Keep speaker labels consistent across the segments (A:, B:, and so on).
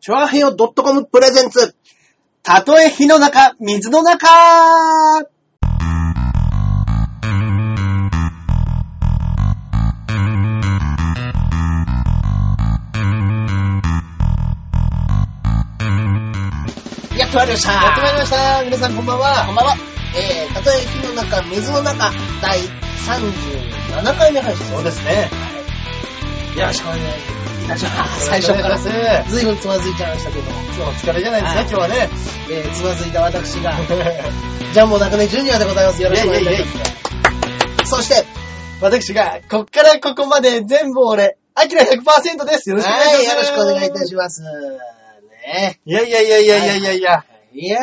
A: チョアヘヨ .com プレゼンツ。たとえ火の中、水の中
B: やってまいりま
A: やってまいりました。
B: した。皆さんこんばんは。
A: こんばんは。
B: えー、たとえ火の中、水の中、第37回目配信。
A: そうですね。
B: よろしくお願いいたします。
A: 最初からです。
B: ずいぶんつまずいちゃいましたけども。
A: 今日お疲れじゃないです
B: はい
A: か、今日はね。
B: えー、つまずいた私 が、ジャンボ中根ジュニアでございます。よろしくお願いいたします。そして、
A: 私が、こっからここまで全部俺、アキラ100%です。よろしくお願いします。
B: はい、よろしくお願いいたします。ね
A: いやいやいやいやいやいやいや。
B: いや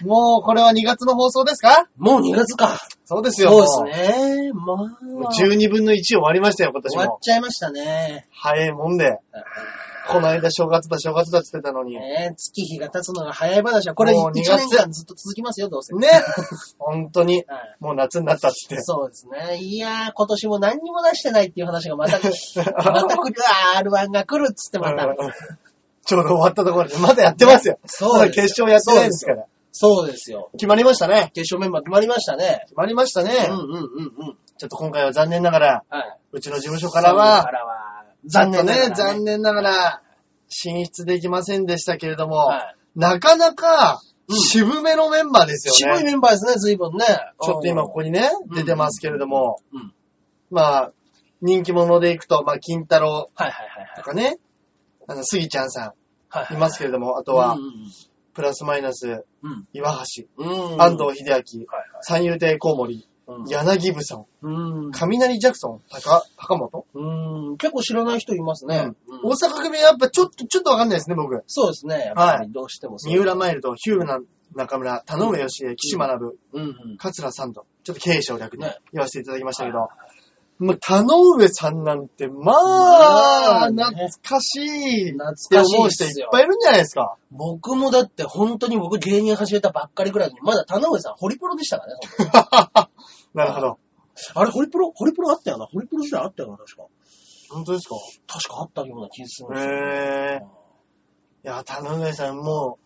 B: ー、
A: もうこれは2月の放送ですか
B: もう2月か。
A: そうですよ。
B: そうですね。まあ、
A: もう。もう12分の1終わりましたよ、今年
B: 終わっ
A: も。
B: ちゃいましたね。
A: 早いもんで。この間正月だ正月だって言ってたのに。ね。
B: ね月日が経つのが早い話は、これ
A: もう
B: 1
A: 二
B: 年
A: 月
B: 間ずっと続きますよ、どうせ。
A: 本当に。
B: はい
A: もう夏になったっつって。
B: そうですね。いやー、今年も何にも出してないっていう話がま た、また来る、あー R1 が来るっつってまた。
A: うんちょうど終わったところで、まだやってますよ。
B: そうですよ
A: まだ決勝やってないですから。
B: そうですよ。
A: 決まりましたね。
B: 決勝メンバー決まりましたね。
A: 決まりましたね。
B: うんうんうんうん。
A: ちょっと今回は残念ながら、
B: はい。
A: うちの事務所からは、
B: からは
A: 残念ね、残
B: 念。
A: 念ながら、進出できませんでしたけれども、
B: はい
A: なかなか、
B: うん
A: 渋めのメンバーですよ
B: 渋い
A: ね。
B: メンバーですね、随分ね。
A: ちょっと今ここにね、
B: うん
A: 出てますけれども、
B: うん
A: まあ、人気者でいくと、まあ、金太郎
B: はいはいはい
A: とかね、あの、杉ちゃんさ
B: はいはい。
A: ん、いますけれども、あとは
B: うん、
A: プラスマイナス、
B: うん
A: 岩橋、
B: うん。うん
A: 安藤秀明、
B: はい
A: 三遊亭コウモリ、
B: はい。
A: 柳武さん、
B: うん。
A: 雷ジャクソン、高、高本、
B: うん。結構知らない人いますね。うん
A: 大阪組はやっぱちょっと、ちょっとわかんないですね、僕。
B: そうですね。やっぱりどうしてもそう
A: 三浦マイルド、ヒューナ、中村、田上義恵、岸学、
B: うんうん。
A: 桂さんと、ちょっと経営者を略に
B: ね
A: 言わせていただきましたけ
B: は
A: ど、もう田上さんなんて、まあ、
B: まあね
A: 懐かしいっ
B: 懐
A: て
B: かし
A: 思
B: いうっ
A: 人いっ
B: すよ。
A: ぱいいるんじゃないですか。
B: 僕もだって本当に僕芸人始めたばっかりぐらいに、まだ田上さんホリプロでしたからね。
A: なるほど。
B: あれ、ホリプロホリプロあったよな。ホリプロ時代あったよな、確か。
A: 本当ですか
B: 確かあったような気がするんですよ。
A: へえ。いや、田上さんもう、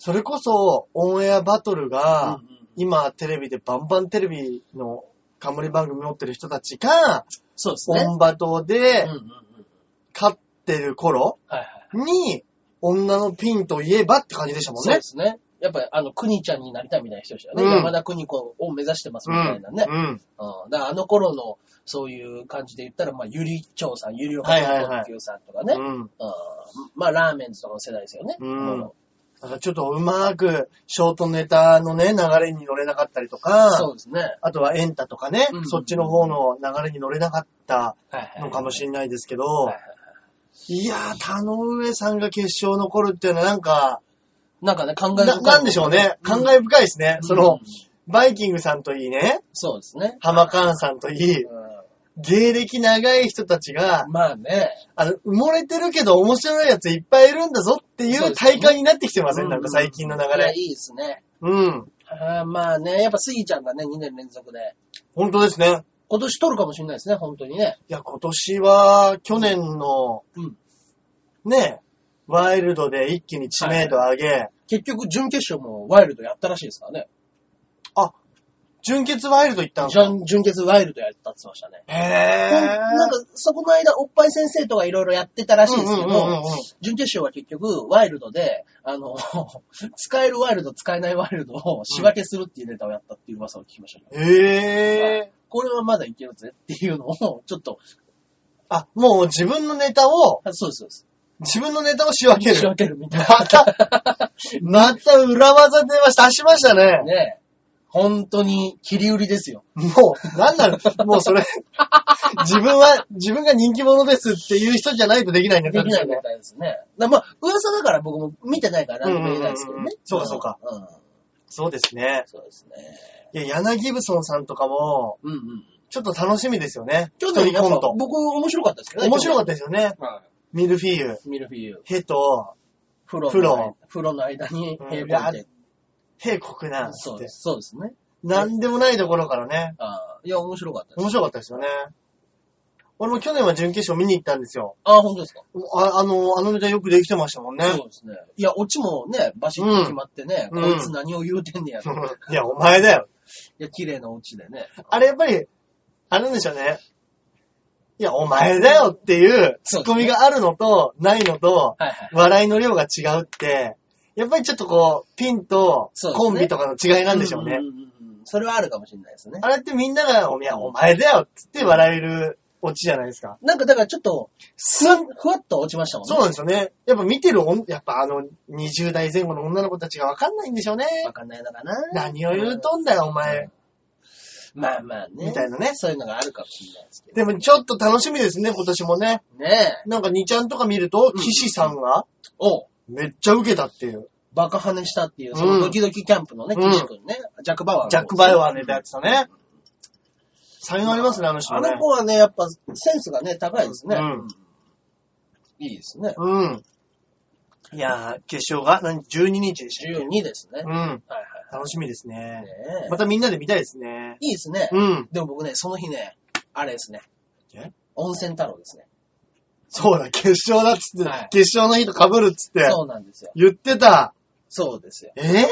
A: それこそオンエアバトル
B: うんう
A: が、
B: ん
A: 今テレビでバンバンテレビの冠番組持ってる人たちが、
B: そうですね。
A: オンバト
B: う
A: で
B: んうんうん
A: 勝ってる頃、
B: はいはい。
A: に、女のピンといえばって感じでしたもん
B: そう
A: ね
B: で。すね。やっぱり、あの、くにちゃんになりたいみたいな人でしたよね。
A: うん
B: 山田くに子を目指してますみたいなね。
A: うん。
B: うん。だからあの頃の、そういう感じで言ったら、まあ、ゆりちょうさん、ゆりおかちゃん特急さんとかね。
A: うん。
B: うん。まあ、ラーメンズとかの世代ですよね。
A: うんだからちょっとうまく、ショートネタのね、流れに乗れなかったりとか
B: そ、うですね。
A: あとはエンタとかね、
B: うん
A: そっちの方の流れに乗れなかったのかもし
B: れ
A: れないですけ
B: は
A: ど
B: いはい、
A: いやー、田上さんが決勝残るっていうのはなんか、
B: なんかね、考え
A: ななんでしょうね。
B: うん
A: 感慨深いですね。その
B: うん、
A: バイキングさんといいね、
B: そうですね。
A: 浜ンさんといい、
B: う
A: 芸歴長い人たちが
B: ん、まあね。
A: あの、埋もれてるけど面白いやついっぱいいるんだぞってい
B: そう
A: う
B: ですね
A: 体感になってきてません、
B: うん
A: なんか最近の流
B: いや、い
A: れ。
B: いですね。
A: うん。
B: あーまあね、やっぱスギちゃんがね、2年連続で。
A: 本当ですね。
B: 今年取るかもしれないですね、本当にね。
A: いや、今年は、去年の、
B: うん
A: ね、ワイルドで一気に知名度上げ、
B: 結局、準決勝もワイルドやったらしいですからね。
A: 純潔ワイルド行ったんですか
B: 準準決ワイルドやったって言ってましたね。
A: へー。
B: なんか、そこの間、おっぱい先生とかいろいろやってたらしいですけ
A: うんうんうんうん
B: ど、準決勝は結局、ワイルドで、あの、 使えるワイルド、使えないワイルドを仕分けするっていうネタをやったっていう噂を聞きましたけど、
A: へー。
B: これはまだいけるぜっていうのを、ちょっと、
A: あ、もう自分のネタを、
B: あそうです、そうです。
A: 自分のネタを仕分け
B: 仕
A: る。
B: 分けるみたい
A: また、また裏技出ました。出しましたね
B: な。ね。本当に、切り売りですよ。
A: もう、なんなのもう それ、自分は、自分が人気者ですっていう人じゃないとできないネ
B: でき
A: タ
B: な
A: です
B: い
A: よ
B: み
A: ね。
B: たいですね。だまあ、噂だから僕も見てないから何とも言えないですけど
A: うんうん
B: ね
A: うん。そうかそうか
B: うん。うん。
A: そうですね。
B: そうですね。
A: いや、柳ブソンさんとかも、
B: うんうん。
A: ちょっと楽しみですよね。
B: ちょっ
A: 一
B: と
A: 人
B: や
A: コ
B: っぱ
A: ント。
B: 僕面白かったですけどね。。
A: 面白かったたですよね。
B: は
A: ミルフィーユ。
B: い。ミルフィーユ。
A: ヘと、
B: 風呂の。
A: 風呂。
B: 風呂の間に
A: うん
B: 平行で。
A: ヘ国難っ
B: そうで
A: て。
B: す。そうですね。
A: なんでもないところからね。
B: ああ。いや、面白かったです。
A: 面白かったですよね。俺も去年は準決勝見に行ったんですよ。
B: ああ、本当ですか。
A: ああの、あのネタよくできてましたもんね。
B: そうですね。いや、オチもね、バシッと決まってね、
A: うん
B: こいつ何を言うてんねやと。い
A: いや、お前だよ。
B: や、綺麗なオチでね。
A: あれやっぱり、あるんでしょうね。いや、お前だよっていうツッコミがあるのと、ないの
B: は
A: と、
B: いはい。
A: 笑いの量が違うって、やっぱりちょっとこう、ピンと
B: そうですね
A: コンビとかの違いなんでしょうね。
B: んんうんうんそれはあるかもしれないですね。
A: あれってみんなが、おいや、お前だよっつって笑えるオチじゃないですか。
B: なんか、だからちょっと、すん、ふわっと落ちましたもんね。
A: そうなんですよね。やっぱ見てる女、やっぱあの、20代前後の女の子たちがわかんないんでしょうね。
B: わかんないのかな。
A: 何を言うとんだよ、お前。
B: まあまあね。
A: みたいなね
B: そういうのがあるかもしれないですけど。
A: でもちょっと楽しみですね、今年もね。
B: ねえ。
A: なんか2ちゃんとか見ると、
B: うん
A: 岸さんが、
B: おう
A: めっちゃ受けたっていう。
B: バカ跳ねしたっていう、そうの
A: ん
B: ドキドキキャンプのね、
A: うん
B: 岸君ね、ジャック・バウアーの方ですね。
A: ジャック・バイワーネタやってたね。才能ありますね、あの人
B: あ
A: ね
B: の。子はね、やっぱセンスがね、高いですね。
A: うん
B: いいですね。
A: うん。いやー、決勝が何 ?12 日でしたっけ
B: 12ですね。
A: う
B: はい
A: ん。
B: はい
A: 楽しみです
B: はい。
A: ね。
B: ねえ
A: またみんなで見たいですね。
B: いいですね。
A: うん。
B: でも僕ね、その日ね、あれですね
A: え。
B: 温泉太郎ですね。
A: そうだ、決勝だっつって、
B: はい
A: 決勝の日と被るっつって、
B: そうなんですよ。
A: 言ってた。
B: そうですよ。
A: えぇ、
B: だか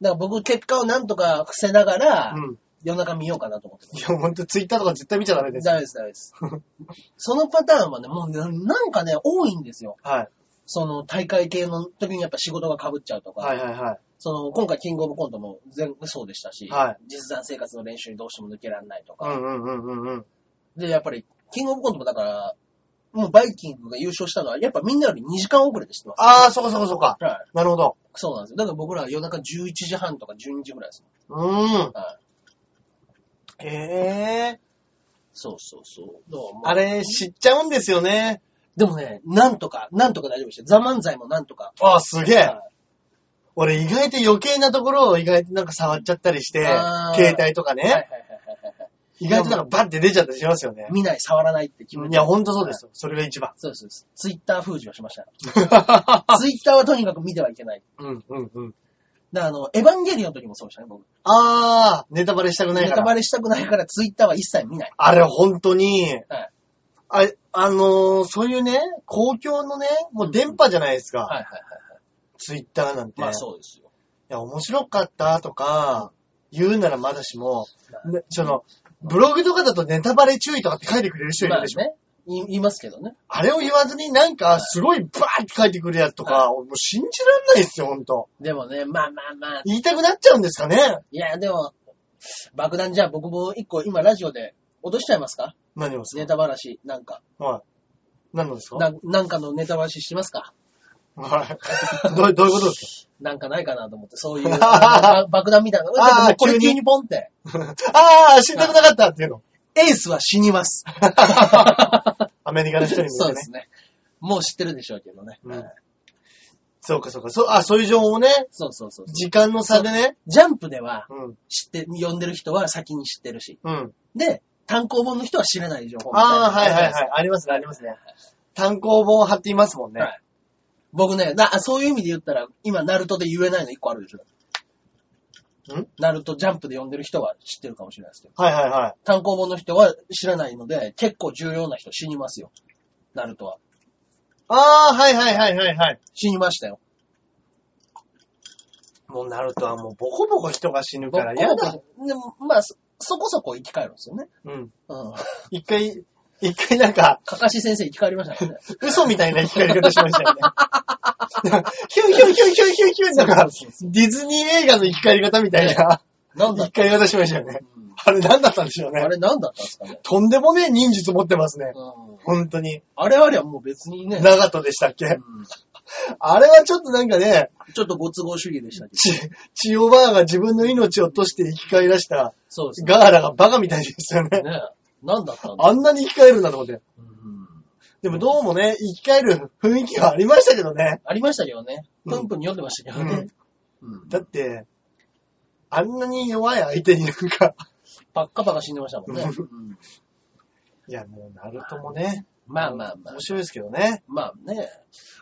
B: ら僕、結果をなんとか伏せながら、
A: うん。
B: 夜中見ようかなと思って
A: いや、ほんとツイッターとか絶対見ちゃダメで
B: ます。
A: す。
B: ダメです、ダメで す。そのパターンはね、もうななんかね、多いんですよ。
A: はい。
B: その大会系の時にやっぱ仕事が被っちゃうとか、
A: はいはいはい。
B: その今回キングオブコントも全部そうでしたし、
A: はい
B: 実弾生活の練習にどうしても抜けられないと
A: う
B: か、
A: んうんうんうんうん。
B: で、やっぱりキングオブコントもだから、もうバイキングが優勝したのは、やっぱみんなより2時間遅れで知ってます。
A: あー、そうかそうかそうか。
B: はい。
A: なるほど。
B: そうなんですよ。だから僕らは夜中11時半とか12時ぐらいですも
A: うーん。
B: ん。はい。
A: え
B: そうそうそう。どう
A: ー。
B: も
A: あれ、知っちゃうんですよね。
B: でもね、なんとか、なんとか大丈夫でした。ザ・漫才もなんとか。
A: あー、すげえ
B: は。い
A: 俺意外と余計なところを意外となんか触っちゃったりして
B: あ、ー
A: 携帯とかね、
B: はいはいはいはいはい。
A: 意外となんかバッて出ちゃったりしますよね。
B: 見ない、触らないって決め
A: い
B: て。
A: や、ほんとそうですよ。それが一番。
B: そうですそうです。ツイッター封じをしま した。ツイッターはとにかく見てはいけない。
A: うん、うん、うん。
B: だからあの、エヴァンゲリオンの時もそうでしたね、僕。
A: あー、ネタバレしたくない
B: ネ
A: か
B: タ
A: ら。
B: バレしたくないからツイッターは一切見ない。
A: あれ、ほんとに、
B: はい。
A: あ、あのーそういうね、公共のね、もう電波じゃないですか。
B: はいはいはい。
A: ツイッターなんて。
B: まあ
A: う。
B: そうですよ。
A: いや、面白かったとか、言うならまだしも、
B: ま
A: ねその、ブログとかだとネタバレ注意とかって書いてくれる人い
B: あ
A: るでしょ。
B: ね。い言いますけどね。
A: あれを言わずになんか、すごいバーって書いてくるやつとか、もう信じられないですよ、ほんと。
B: でもね、まあまあまあ。
A: 言いたくなっちゃうんですかね。
B: いや、でも、爆弾じゃあ僕も一個今ラジオで落としちゃいますか
A: 何をです
B: ネ
A: か
B: タバラシ、なんか。
A: はい。何のですか
B: ななんかのネタバラシしてますか
A: はい。どうどういうことです
B: なんかないかなと思って、そう いう、ば爆弾みたいな。
A: あー
B: でももうこれ
A: 急に
B: 急にポンって。
A: かああ、死にたくなかったっていうの。
B: エースは死に ます。
A: アメリカの人にもね。
B: そうですね。もう知ってるでしょうけどね。
A: うん
B: はい
A: そうかそうか。そう、あ、そういう情報をね、
B: そうそうそうそう。
A: 時間の差でね。
B: ジャンプでは、
A: うん。
B: 知って、呼んでる人は先に知ってるし。
A: うん。
B: で、単行本の人は知らない情報みたいな。
A: ああ、はいはいはい。ありますね、ありますね。単行本を貼っていますもんね。
B: はい僕ね、な、そういう意味で言ったら、今、ナルトで言えないの一個あるでしょ。
A: ん
B: ナルトジャンプで呼んでる人は知ってるかもしれないですけど、
A: はいはいはい。
B: 単行本の人は知らないので、結構重要な人死にますよ。ナルトは。
A: ああ、はいはいはいはいはい。
B: 死にましたよ。
A: もうなるとはもうボコボコ人が死ぬから
B: 僕
A: 嫌だ。
B: 僕でも、まあ、そそこそこ生き返るんですよね。
A: うん。
B: うん。
A: 一回、一回なんか、
B: かかし先生生き返りましたからね。
A: 嘘みたいな生き返り方しましたよね。ヒュンヒュンヒュンヒュンヒュンヒュンなんか、ディズニー映画の生き返り方みたいな
B: なんだ
A: 生き返り方しましたよね。
B: うん
A: あれ何だったんでしょうね
B: あ。れ何だったんですかね。
A: とんでもねえ忍術持ってますね。
B: うん
A: 本当に。
B: あれあれはもう別にね。
A: 長門でしたっけ
B: うん
A: あれはちょっとなんかね、
B: ちょっとご都合主義でしたけど。
A: ち、ちおばあが自分の命を落として生き返らした
B: そうですね。
A: ガーラがバカみたいでしたよね。
B: ね何だったんだ
A: あんなに生き返るんだと思って。
B: うん
A: でもどうもね、生き返る雰囲気はありましたけどね。
B: ありましたけどね。
A: うん
B: プンプンに読んでましたけどね。うん
A: だって、あんなに弱い相手になんか、
B: パッカパカ死んでましたもんね。
A: う
B: うん
A: いやもうナルトもね、
B: まあまあまあ
A: 面。白いですけどね。
B: まあね。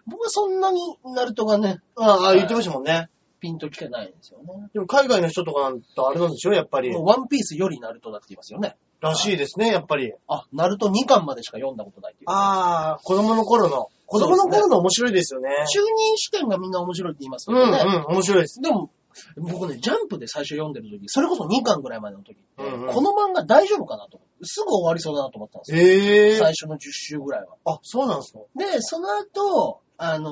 B: 僕はそんなにナルトがね、
A: ああ、言ってましたもんね。
B: ピンときてないんですよね。
A: でも海外の人とかなんとあれなんでしょやっぱり。
B: もうワンピースよりナルトだって言いますよね。
A: らしいですね、やっぱり。
B: あ、ナルト2巻までしか読んだことないっていう。
A: ああ、子供の頃の。子供の頃の面白いですよね。
B: 中任視点がみんな面白いって言います
A: う
B: よ
A: ん
B: ね。
A: うん、面白いです。
B: でも、僕ね、ジャンプで最初読んでる時、それこそ2巻ぐらいまでの時って、
A: うんうん
B: この漫画大丈夫かなと思って、すぐ終わりそうだなと思ったんですよ。
A: ええ
B: 最初の10週ぐらいは。
A: あ、そうなんですか
B: で、その後、あの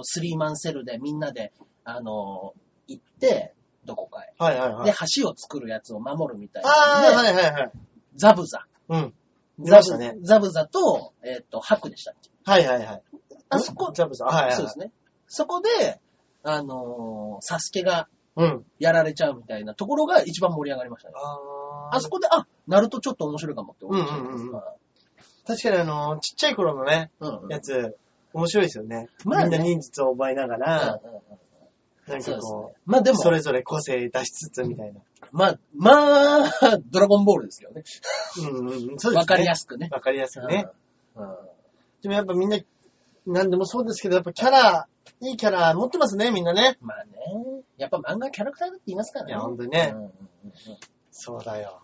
B: ースリーマンセルでみんなで、あのー行って、どこかへ。
A: はいはいはい。
B: で、橋を作るやつを守るみたいな。
A: あ
B: で
A: あ、はいはいはい。
B: ザブザ。
A: うん。見
B: ザ
A: ま
B: ブ
A: したね。
B: ザブザと、えっ、と、ハクでしたっけ
A: はいはいはい。
B: あそこ、
A: ザブさん。はいはいはい。
B: そうですね。そこで、あのーサスケが
A: うん。
B: やられちゃうみたいなところが一番盛り上がりましたね。
A: あ
B: あそこで、あ、ナルトちょっと面白いかもって思った
A: うんうんうん確かにあの、ちっちゃい頃のね、
B: うんうん
A: やつ、面白いですよね。
B: まあね
A: みんな忍術を覚えながら、
B: うんうんうんそ
A: なん
B: う
A: か
B: ですね
A: こ。
B: まあで
A: う、
B: も、
A: それぞれ個性出しつつみたいな。
B: まあ、まあ、 ドラゴンボールですよね。
A: うんうん、そうですね。
B: わかりや
A: す
B: すくね。
A: わかりやすくね。
B: うん。うん
A: でもやっぱみんな、なんでもそうですけど、やっぱキャラ、いいキャラ持ってますね、みんなね。
B: まあね。やっぱ漫画キャラクターだって言いますからね。
A: いや本当にね
B: うんうんうんうん
A: そうだよ。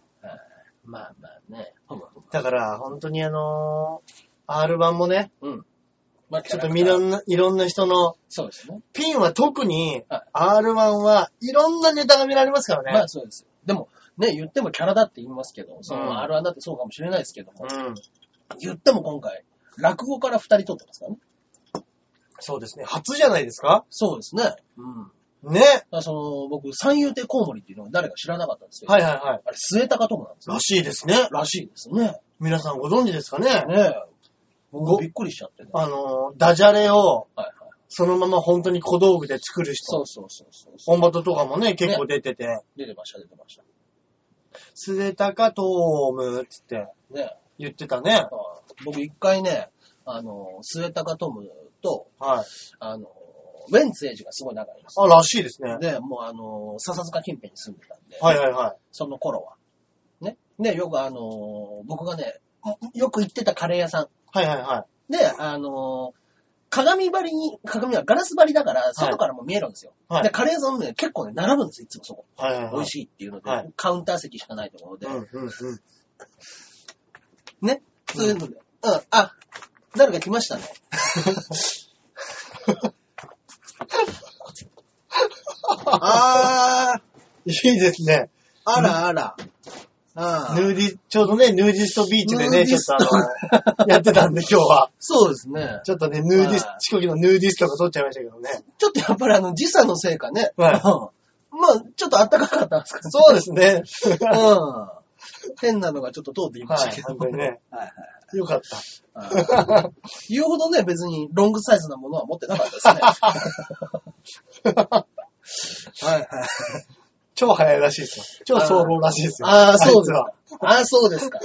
B: まあまあね。
A: だから、本当にあのー、R1 もね、
B: まあ、
A: ちょっといろ
B: な。
A: んな、いろんな人の、
B: そうですね。
A: ピンは特に、
B: は
A: R1 はいろんなネタが見られますからね。
B: まあそうですよ。でも、ね、言ってもキャラだって言いますけど、そ
A: うん
B: の R1 だってそうかもしれないですけども、
A: うん。
B: 言っても今回、落語から二人撮ってますからね。
A: そうですね。初じゃないですか
B: そうですね。うん。だか
A: ね。
B: らその、僕、三遊亭コウモリっていうのを誰か知らなかったんですけど、
A: はいはいはい。
B: あれ、末高友なんですよ。
A: らしいですね。
B: らしいですね。
A: 皆さんご存知ですかね
B: ねえ。僕も
A: ご
B: びっくりしちゃってね。は
A: あのー、ダジャレを
B: いはい。
A: そのまま本当に小道具で作る
B: そ
A: 人
B: う。そうそうそうそう。
A: 本場とかもね、結構出てて。
B: 出てました、出てました。
A: すでたかとーむっつって
B: ねえ。
A: 言ってたね
B: あ。あ僕一回ね、あの、末高友と、
A: はい。
B: あの、ウェンツエイジがすごい仲いいんですよ
A: あ、らしいですね。
B: で、もうあの、笹塚近辺に住んでたんで、
A: はいはいはい。
B: その頃は。ね。で、よくあの、僕がね、よく行ってたカレー屋さ
A: はいはいは
B: ん。
A: い。
B: で、あの、鏡張りに、鏡はガラス張りだから、外からも見えるんですよ。
A: はい
B: で、カレー屋さんね、結構ね、並ぶんですよ、いつもそこ。
A: はいはいはい。
B: 美味しいっていうので、
A: はい
B: カウンター席しかないところで、
A: うん うんうん。
B: ね。そういうので、うん、あ、誰か来ましたね。あー、
A: いいですね。
B: あらあら。あ
A: ヌーディ、ちょうどね、ヌーディストビーチで
B: ヌー
A: ね、
B: デ
A: ち
B: ィ
A: ょっ
B: ス
A: と
B: ト
A: あ の、やってたんで今日は。
B: そうですね。
A: ちょっとね、ヌーディス
B: はい、
A: 四国のヌーディストが撮っちゃいましたけどね。
B: ちょっとやっぱりあの、時差のせいかね。
A: はい
B: うんまあ、ちょっと暖かかったんですけど。
A: そうですね。
B: うん。変なのがちょっと通っていました
A: はい、
B: けど。
A: 本当にね。
B: はい
A: よかった。
B: はいうん言うほどね、別にロングサイズなものは持ってなかったですね。 はいはい。
A: 超早いらしいですよ。超早漏らしいですよ。
B: ああ、そうで
A: いつ
B: す
A: は
B: か。ああ、そうですか。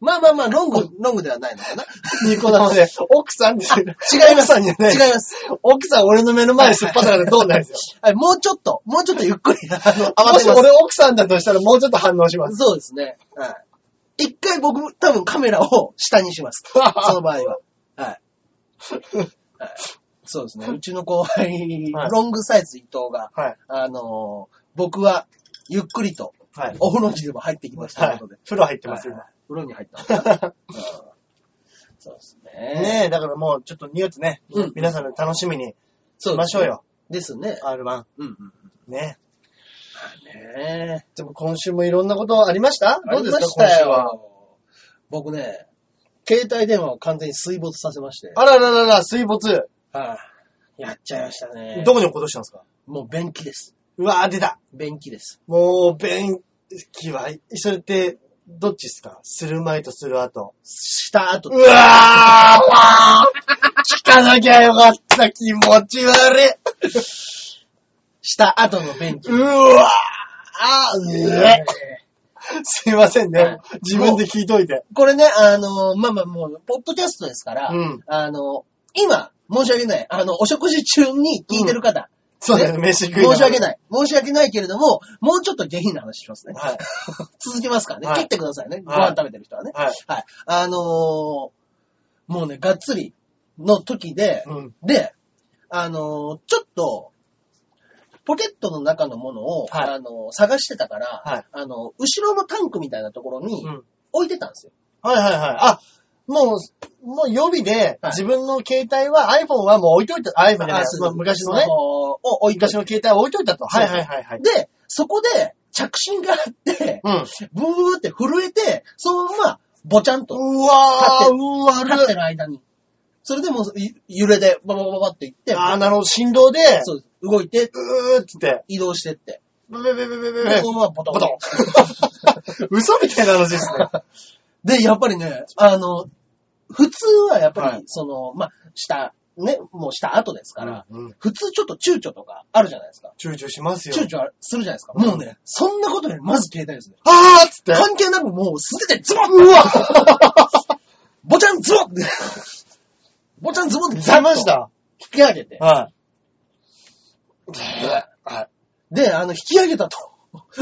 B: まあまあまあ、ロング、ロングではないのかな。
A: ニコ生で、奥さんに、違います。さんにね、
B: 違います。
A: 奥さん俺の目の前にすっぱだからどうなんですよ。
B: はい、もうちょっと、もうちょっとゆっくり、あ の、合
A: も
B: わ
A: し
B: せます
A: 俺奥さんだとしたらもうちょっと反応します。
B: そうですね。はい。一回僕、多分カメラを下にし ます。その場合は。はい。はい、そうですね。うちの後輩、
A: はい
B: ロングサイズ伊藤が、
A: はい。
B: あのー僕は、ゆっくりと、
A: はい。
B: お風呂にでも入ってきました
A: は
B: の
A: い
B: で。。
A: 風呂入ってますよ
B: はい。風呂に入ったのかなうん そうですね。
A: ねえ、だからもうちょっと2月ね
B: うん、
A: 皆さんの楽しみに
B: そ
A: しましょうよ。
B: ですね。
A: R1。
B: うんうんうん。
A: ね
B: ね
A: でも今週もいろんなことありました
B: え。
A: どうです
B: ありま
A: か
B: した
A: 今週は。
B: よ。僕ね、携帯電話を完全に水没させまして。
A: あらららら、水没。
B: はいやっちゃいましたね。
A: どこに落っことしたんですか
B: もう便器です。
A: うわー出た。
B: 便器です。
A: もう、便器は、それって、どっちですかする前とする後。
B: した後
A: う、わー聞かなきゃよかった。気持ち悪い。
B: した後の便器。
A: うわーあーうえすいません
B: は
A: ね
B: い。
A: 自分で聞いといて。
B: これね、あの、まあまあもう、ポッドキャストですから、
A: うん
B: あの、今、申し訳ない。あの、お食事中に聞いてる方、
A: そうだね、飯食い
B: 申し訳
A: い。
B: ない。申し訳ないけれども、もうちょっと下品な話しますね。
A: はい。
B: 続きますからね。
A: はい
B: 切ってくださいね。ご
A: はい
B: 飯食べてる人はね。
A: はい。
B: はい。あのーもうね、がっつりの時で、
A: うん。
B: で、あのーちょっと、ポケットの中のものを、
A: はい
B: あのー探してたから、
A: はい
B: あのー後ろのタンクみたいなところに、
A: うん
B: 置いてたんですよ。
A: はいはいはい。あ、もう、もう予備で、
B: はい
A: 自分の携帯は、iPhone はもう置いといた、iPhone じゃない、
B: ス
A: まあ昔のね
B: スマ、ホを置いて
A: 昔の携帯は置いといたと。
B: そ
A: は
B: う
A: いはいはいはい。
B: で、そこで着信があって、
A: うん。
B: ブーって震えて、そのまま、ぼちゃんと、
A: うわ
B: 立
A: ー、
B: っ
A: うわ
B: 立って
A: る。
B: る間に。それでもうゆ揺れで、バババババっていって、
A: あー、なるほど、振動で、
B: そうです動いて、
A: うーっつって、
B: 移動してって。
A: ブブブブブブ
B: で、そのままボトン。
A: ボトン 嘘みたいな話ですね。
B: で、やっぱりね、あの、普通はやっぱ
A: は
B: り、その、まあ、した、ね、もうした後ですから、
A: うん、
B: 普通ちょっと躊躇とかあるじゃないですか。
A: 躊躇しますよ。
B: 躊躇するじゃないですか。もうね、そんなことよりまず携帯ですね。
A: あーっつって。
B: 関係なくもう素手でズボンうわボちゃんズボンって。ボちゃんズボンって
A: ざました。
B: 引き上げて。
A: はい。
B: はいで、あの、引き上げたと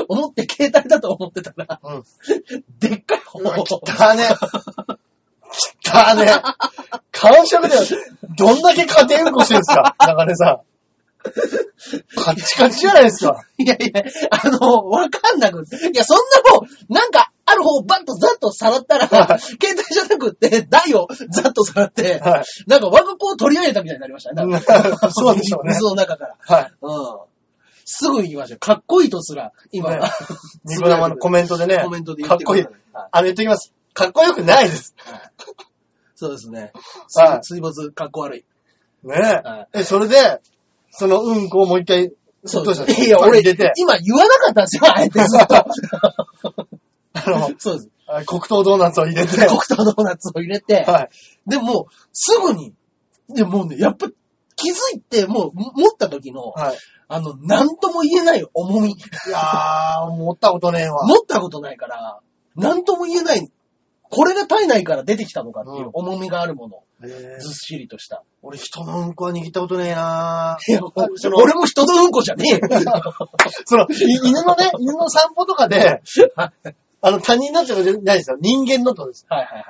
B: 思って、携帯だと思ってたら、
A: うん
B: でっかい方
A: うわ
B: を。
A: 汚ね。汚ね。感触だよ。どんだけ家庭運行してるんですか中根さん。カッチカチじゃないですか。
B: いやいや、あの、わかんなくて。いや、そんなもん、なんか、ある方をバッとザッとさらったら、
A: はい
B: 携帯じゃなくって、台をザッとさらって、
A: はい
B: なんか我が子を取り上げたみたいになりましたね。なんか
A: そうでしょう ね
B: 水の中から。
A: はい。
B: うん。すぐ行きましたよ。かっこいいとすら、今、
A: ねニコ生のコメントでね。
B: コメントで言
A: か
B: っ
A: ってこいい。
B: はい
A: あの言っときます。かっこよくないです。
B: そうですね。
A: はい
B: 水没、かっこ悪い。
A: ね
B: は
A: え。え、それで、そのうんこをもう一回、どうした
B: いや、俺
A: 入れて、
B: 今言わなかったんですよ、あえてずっと。
A: あの、
B: そうです。
A: あ黒糖ドーナツを入れて。
B: 黒糖ドーナツを入れて、
A: はい。
B: でも、すぐに、でもうね、やっぱ、気づいて、もう、持った時の、
A: はい。
B: あの、なんとも言えない重み。
A: いやー、持ったことねえわ。
B: 持ったことないから、なんとも言えない、これが体内から出てきたのかっていう重みがあるもの。
A: えー
B: ずっしりとした。
A: 俺人のうんこは握ったことねえない
B: や、
A: その
B: 俺も人のうんこじゃねえ よ。
A: その、い犬の ね、犬の散歩とかで、あの、他人のってことじゃないですよ。人間のってことです。
B: はいはいはい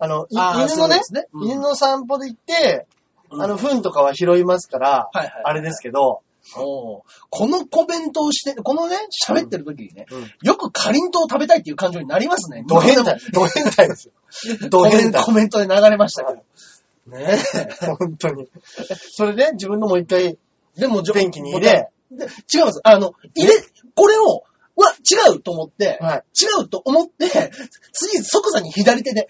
A: あの、い
B: あー
A: 犬のね
B: そうですねうん
A: 犬の散歩で行って、
B: うん
A: あの、糞とかは拾いますから、
B: はいはいはい
A: あれですけど、
B: おうこのコメントをして、このね、喋ってる時にね、
A: うん
B: よくかりんとうを食べたいっていう感情になりますね。
A: ド変態、ド変態 ですよ。ド変態
B: コ。メントで流れましたけど。ね
A: 本当に。それで、自分のもう一回、
B: え。でも、じょ
A: 便器に入れ。
B: で違います。あの、入れ、これを、うわ、違うと思って、
A: はい
B: 違うと思って、次、即座に左手で。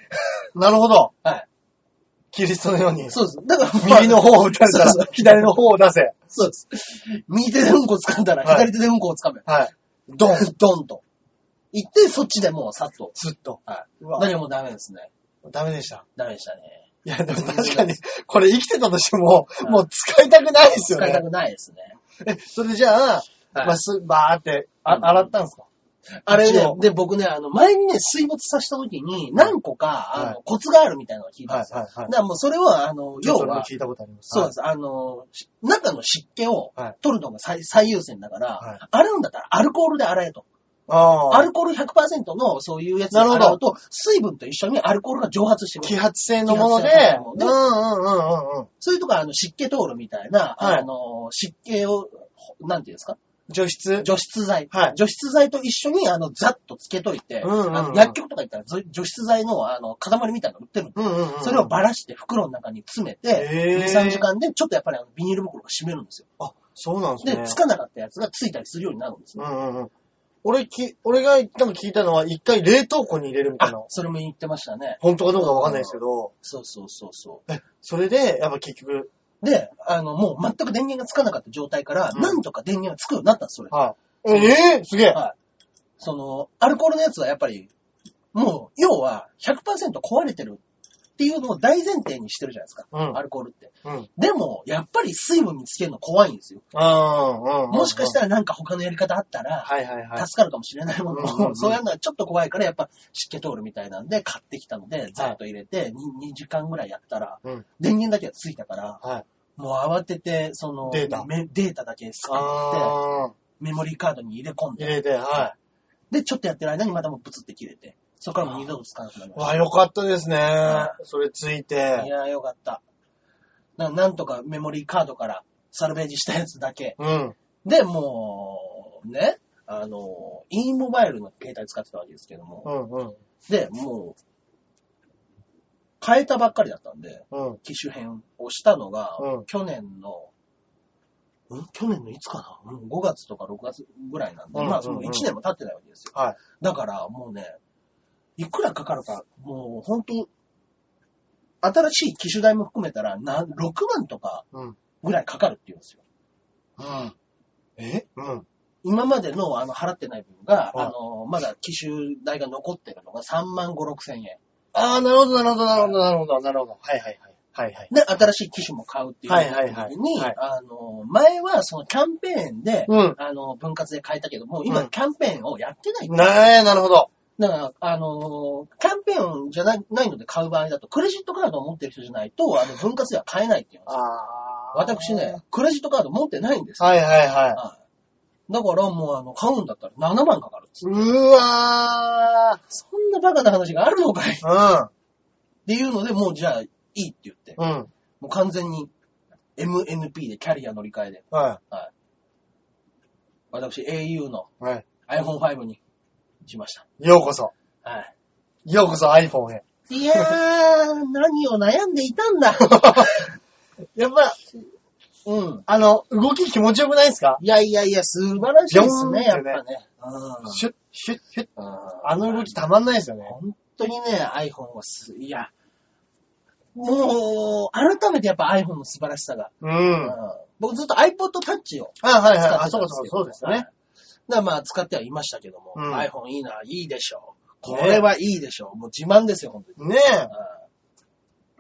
A: なるほど。
B: はい。
A: キリストのように。
B: そうです。だから、まあ
A: 右の方を打たれたら
B: そうそう、
A: 左の方を出せ。
B: そうです。右手でうんこ掴んだら、
A: はい
B: 左手でうんこを掴め。
A: はい。
B: ドン、ドンと。行って、そっちでもう、さっと。
A: ずっと。
B: は
A: う
B: い。
A: わ
B: 何もダメですね。
A: ダメでした。
B: ダメでしたね。
A: いや、でも確かに、これ生きてたとしても、もう使いたくないですよ
B: 使いた
A: ね。
B: くないですね。
A: え、それじゃあ、
B: はい
A: まあ、す、ばーって、あ
B: う、ん
A: 洗ったんですか
B: あれ
A: 一
B: ね
A: 応、
B: で、僕ね、あの、前にね、水没させた時に、何個か、あの、
A: は
B: コツがあるみたいなのを聞いたんですよ。
A: はいはいはい
B: だからもうそれは、あの、要
A: それも
B: は、
A: 聞いたことあります。
B: そうなんです。あの、し中の湿気を
A: はい
B: 取るのが最最優先だから、
A: はい
B: 洗うんだったらアルコールで洗えと。
A: ああ。
B: アルコール100%のそういうやつで
A: なるほど
B: 洗うと、水分と一緒にアルコールが蒸発してく
A: 揮
B: る。
A: 発性のもので、
B: 揮発性のもの
A: うん
B: で
A: うんうんうんうん。
B: そういうとこはあの湿気通るみたいな、
A: はい
B: あの、湿気を、なんていうんですか
A: 除湿。
B: 除湿剤。
A: はい
B: 除湿剤と一緒に、あの、ざっとつけといて、
A: うんうんうん
B: あの薬局とか行ったらぞ除湿剤の、あの、塊みたいなの売ってるの。
A: うんうんうん。
B: それをばらして袋の中に詰めて、
A: へー
B: 2、3時間でちょっとやっぱりあのビニール袋が閉めるんですよ。
A: あ、そうなんですね。
B: で、つかなかったやつがついたりするようになるんです
A: う
B: ね。
A: んうんうん。俺き、俺が多分聞いたのは、一回冷凍庫に入れるみたいな
B: あ。、それも言ってましたね。
A: 本当かどうかわかんないですけど、
B: そうそうそうそ
A: それで、やっぱ結局、
B: う。で、あの、もう全く電源がつかなかった状態から、
A: うん
B: なんとか電源がつくようになったんです、それ。
A: はい。ええすげえ。
B: その、アルコールのやつはやっぱり、もう、要は100%壊れてるっていうのを大前提にしてるじゃないですか。
A: うん
B: アルコールって。
A: うん。
B: でも、やっぱり水分につけるの怖いんですよ。
A: あーうんうんうん。
B: もしかしたらなんか他のやり方あったら、
A: はいはいはい。
B: 助かるかもしれないも
A: うんうん
B: の
A: う
B: を、
A: ん
B: そうやるのはちょっと怖いから、やっぱ湿気通るみたいなんで、買ってきたので、ざっと入れて2、2時間ぐらいやったら
A: うん、
B: 電源だけはついたから、
A: はい。
B: もう慌てて、その、
A: データ
B: メデータだけスキャンして、
A: ああ。
B: メモリーカードに入れ込んで、
A: 入れて、はい。
B: で、ちょっとやってる間にまたもうブツって切れて、そこからもう二度とつかなくなりまし
A: わ、よかったですね
B: は。
A: それつい
B: た。い
A: て。
B: やーよかった。ななんとかメモリーカードからサルベージしたやつだけ。
A: うん。
B: で、もう、ね、あの、e モバイルの携帯使ってたわけですけども、
A: うんうん。
B: で、もう、変えたばっかりだったんで、
A: うん。
B: 機種変をしたのが、
A: うん
B: 去年の、うん去年のいつかな、うん、?5 月とか6月ぐらいなんで、
A: うん
B: まあそ
A: うん
B: の
A: うん
B: 1年も経ってないわけですよ。
A: はい。
B: だからもうね、いくらかかるか、もう本当新しい機種代も含めたら、な6万とか
A: うん
B: ぐらいかかるって言うんですよ。
A: うん。えうん。
B: 今までのあの払ってない分が、
A: はい
B: あの、まだ機種代が残ってるのが3万5、6千円。
A: ああ、なるほど、なるほど、なるほど、なるほど、なるほど。はいはいはい。はいはい。
B: で、新しい機種も買うっていう
A: はいはいはい
B: 時に、
A: はい
B: あの、前はそのキャンペーンで、
A: うん。
B: あの、分割で変えたけども、今
A: うん
B: キャンペーンをやってない。
A: なえ、なるほど。
B: だから、あの、キャンペーンじゃなないので買う場合だと、クレジットカードを持ってる人じゃないと、あの、分割では買えないっていうんです
A: あ
B: よ。
A: あ。
B: 私ね。、クレジットカード持ってないんですよ。
A: はいはいは
B: はいだからもう、あの、買うんだったら7万かかるっつって
A: い。うわ
B: そんなバカな話があるのかいっ
A: ー。
B: ていうので、もうじゃあ、いいって言って、
A: うん。うん。
B: もう完全に MNP でキャリア乗り換えで、
A: は
B: 私 au の
A: い。はい。
B: iPhone5 にしました。
A: ようこそ。
B: はい。
A: ようこそ iPhone へ。
B: いやー、何を悩んでいたんだ。
A: やっぱ、
B: うん。
A: あの、動き気持ちよくないですか
B: いやいやいや、素晴らしいですね、
A: ビョ
B: や
A: ーン
B: っ
A: ってね
B: ぱね。
A: シュッ、シュッ、シュッ。
B: うん。
A: あの動き。たまんないですよね。
B: 本当にね、iPhone はす、いや、もう、改めてやっぱ iPhone の素晴らしさが。
A: う。
B: うん
A: あ、
B: 僕ずっと iPod Touch を
A: はいはい。
B: 使っ
A: あ、
B: てた
A: そ
B: ん
A: う
B: で
A: か
B: す
A: そう
B: け
A: か、
B: ど。
A: そうですよ
B: はいだ。
A: ね
B: からまあ使ってはいましたけども、
A: うん
B: iPhone いいな、いいでしょう。こ
A: ね
B: れはいいでしょう。もう自慢ですよ、本当に。
A: ねえ。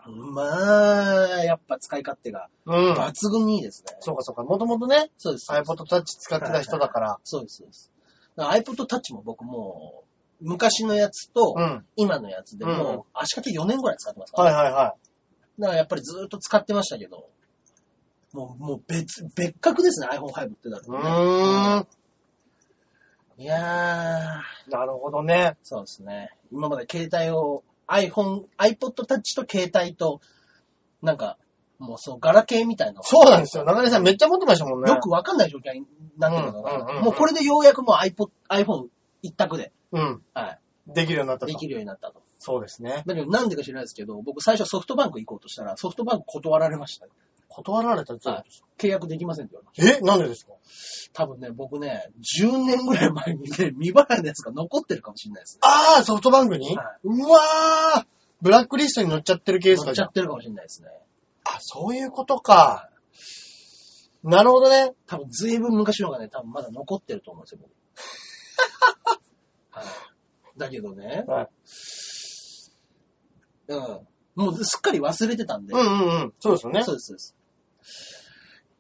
B: うんまあ、やっぱ使い勝手が
A: うん。
B: 抜群にいいですね。
A: そうかそうか。もともとね、
B: そうです。
A: iPod Touch 使ってた人だから。
B: そうです、そうです。だから iPod Touch も僕もう、昔のやつと
A: う、ん。
B: 今のやつで
A: うんうん
B: もう、足掛け4年ぐらい使ってますから。
A: はいはいは
B: だからやっぱりずっと使ってましたけど、もう、もう別、別格ですね、iPhone5 ってなる
A: い。
B: と
A: う
B: ね
A: ーん。
B: いやー、
A: なるほどね。
B: そうですね。今まで携帯を、iPhone、iPod Touch と携帯と、なんか、もうそう、ガラケーみたいな。
A: そうなんですよ。中根さんめっちゃ持ってましたもんね。
B: よくわかんない状況になってるの
A: うんうんうんう
B: が、
A: ん
B: もうこれでようやくもう iPod、iPhone 一択で、
A: うん。
B: は
A: できるようになった
B: い、で
A: と
B: きるようになったと。
A: そうですね。
B: だけどなんでか知らないですけど、僕最初ソフトバンク行こうとしたら、ソフトバンク断られました。
A: 断られたって、
B: はい契約できませんって言われま
A: えなんでですか
B: した。多分ね、僕ね、10年ぐらい前にね、 未払いのやつが残ってるかもしれないですね。
A: ああ、ソフトバンクに、
B: はいう
A: わーブラックリストに載っちゃってるケース
B: 乗
A: か
B: っ
A: じ
B: ち
A: ゃ
B: ゃ
A: ん
B: ってるかもしれないですね。
A: あ、そういうことか。なるほどね。
B: 多分ずいぶん昔のがね、多分まだ残ってると思うんですよ、僕。 はいだけどね、
A: はい
B: うん。もうすっかり忘れてたんで、
A: うんうんうん。そうですよね
B: そ。うです、そうです。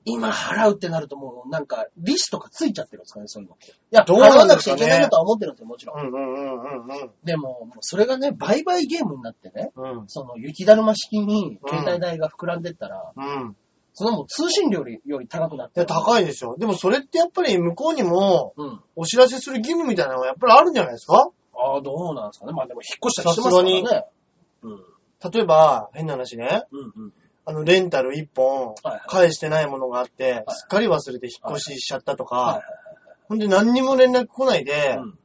B: 今払うってなるともうなんか、利子とかついちゃってるんですかね、そういうのって。いや、
A: どう
B: 払
A: な
B: わ
A: ん
B: な
A: で
B: く
A: す
B: ちゃ
A: か
B: い
A: ね
B: けないなとは思ってるんですよ、もちろん。
A: うんうんうんうん
B: でも、もうそれがね、売買ゲームになってね、
A: うん。うん。
B: その雪だるま式に
A: うん
B: 携帯代が膨らんでったら、
A: うん。い
B: そのもう通信料よりより高くなって
A: や、
B: る。
A: 高いですよ。でもそれってやっぱり向こうにも
B: うん。
A: お知らせする義務みたいなのがやっぱりあるんじゃないですか
B: ああ、どうなんですかね。まあでも引っ越したりしてますからね。うん。
A: 例えば、変な話ね。
B: うんうん。
A: あの、レンタル1本
B: はい
A: 返してないものがあって、
B: はい
A: すっかり忘れて引っ越ししちゃったとか、
B: は
A: ほんで何にも連絡来ないで、
B: いはい。うん。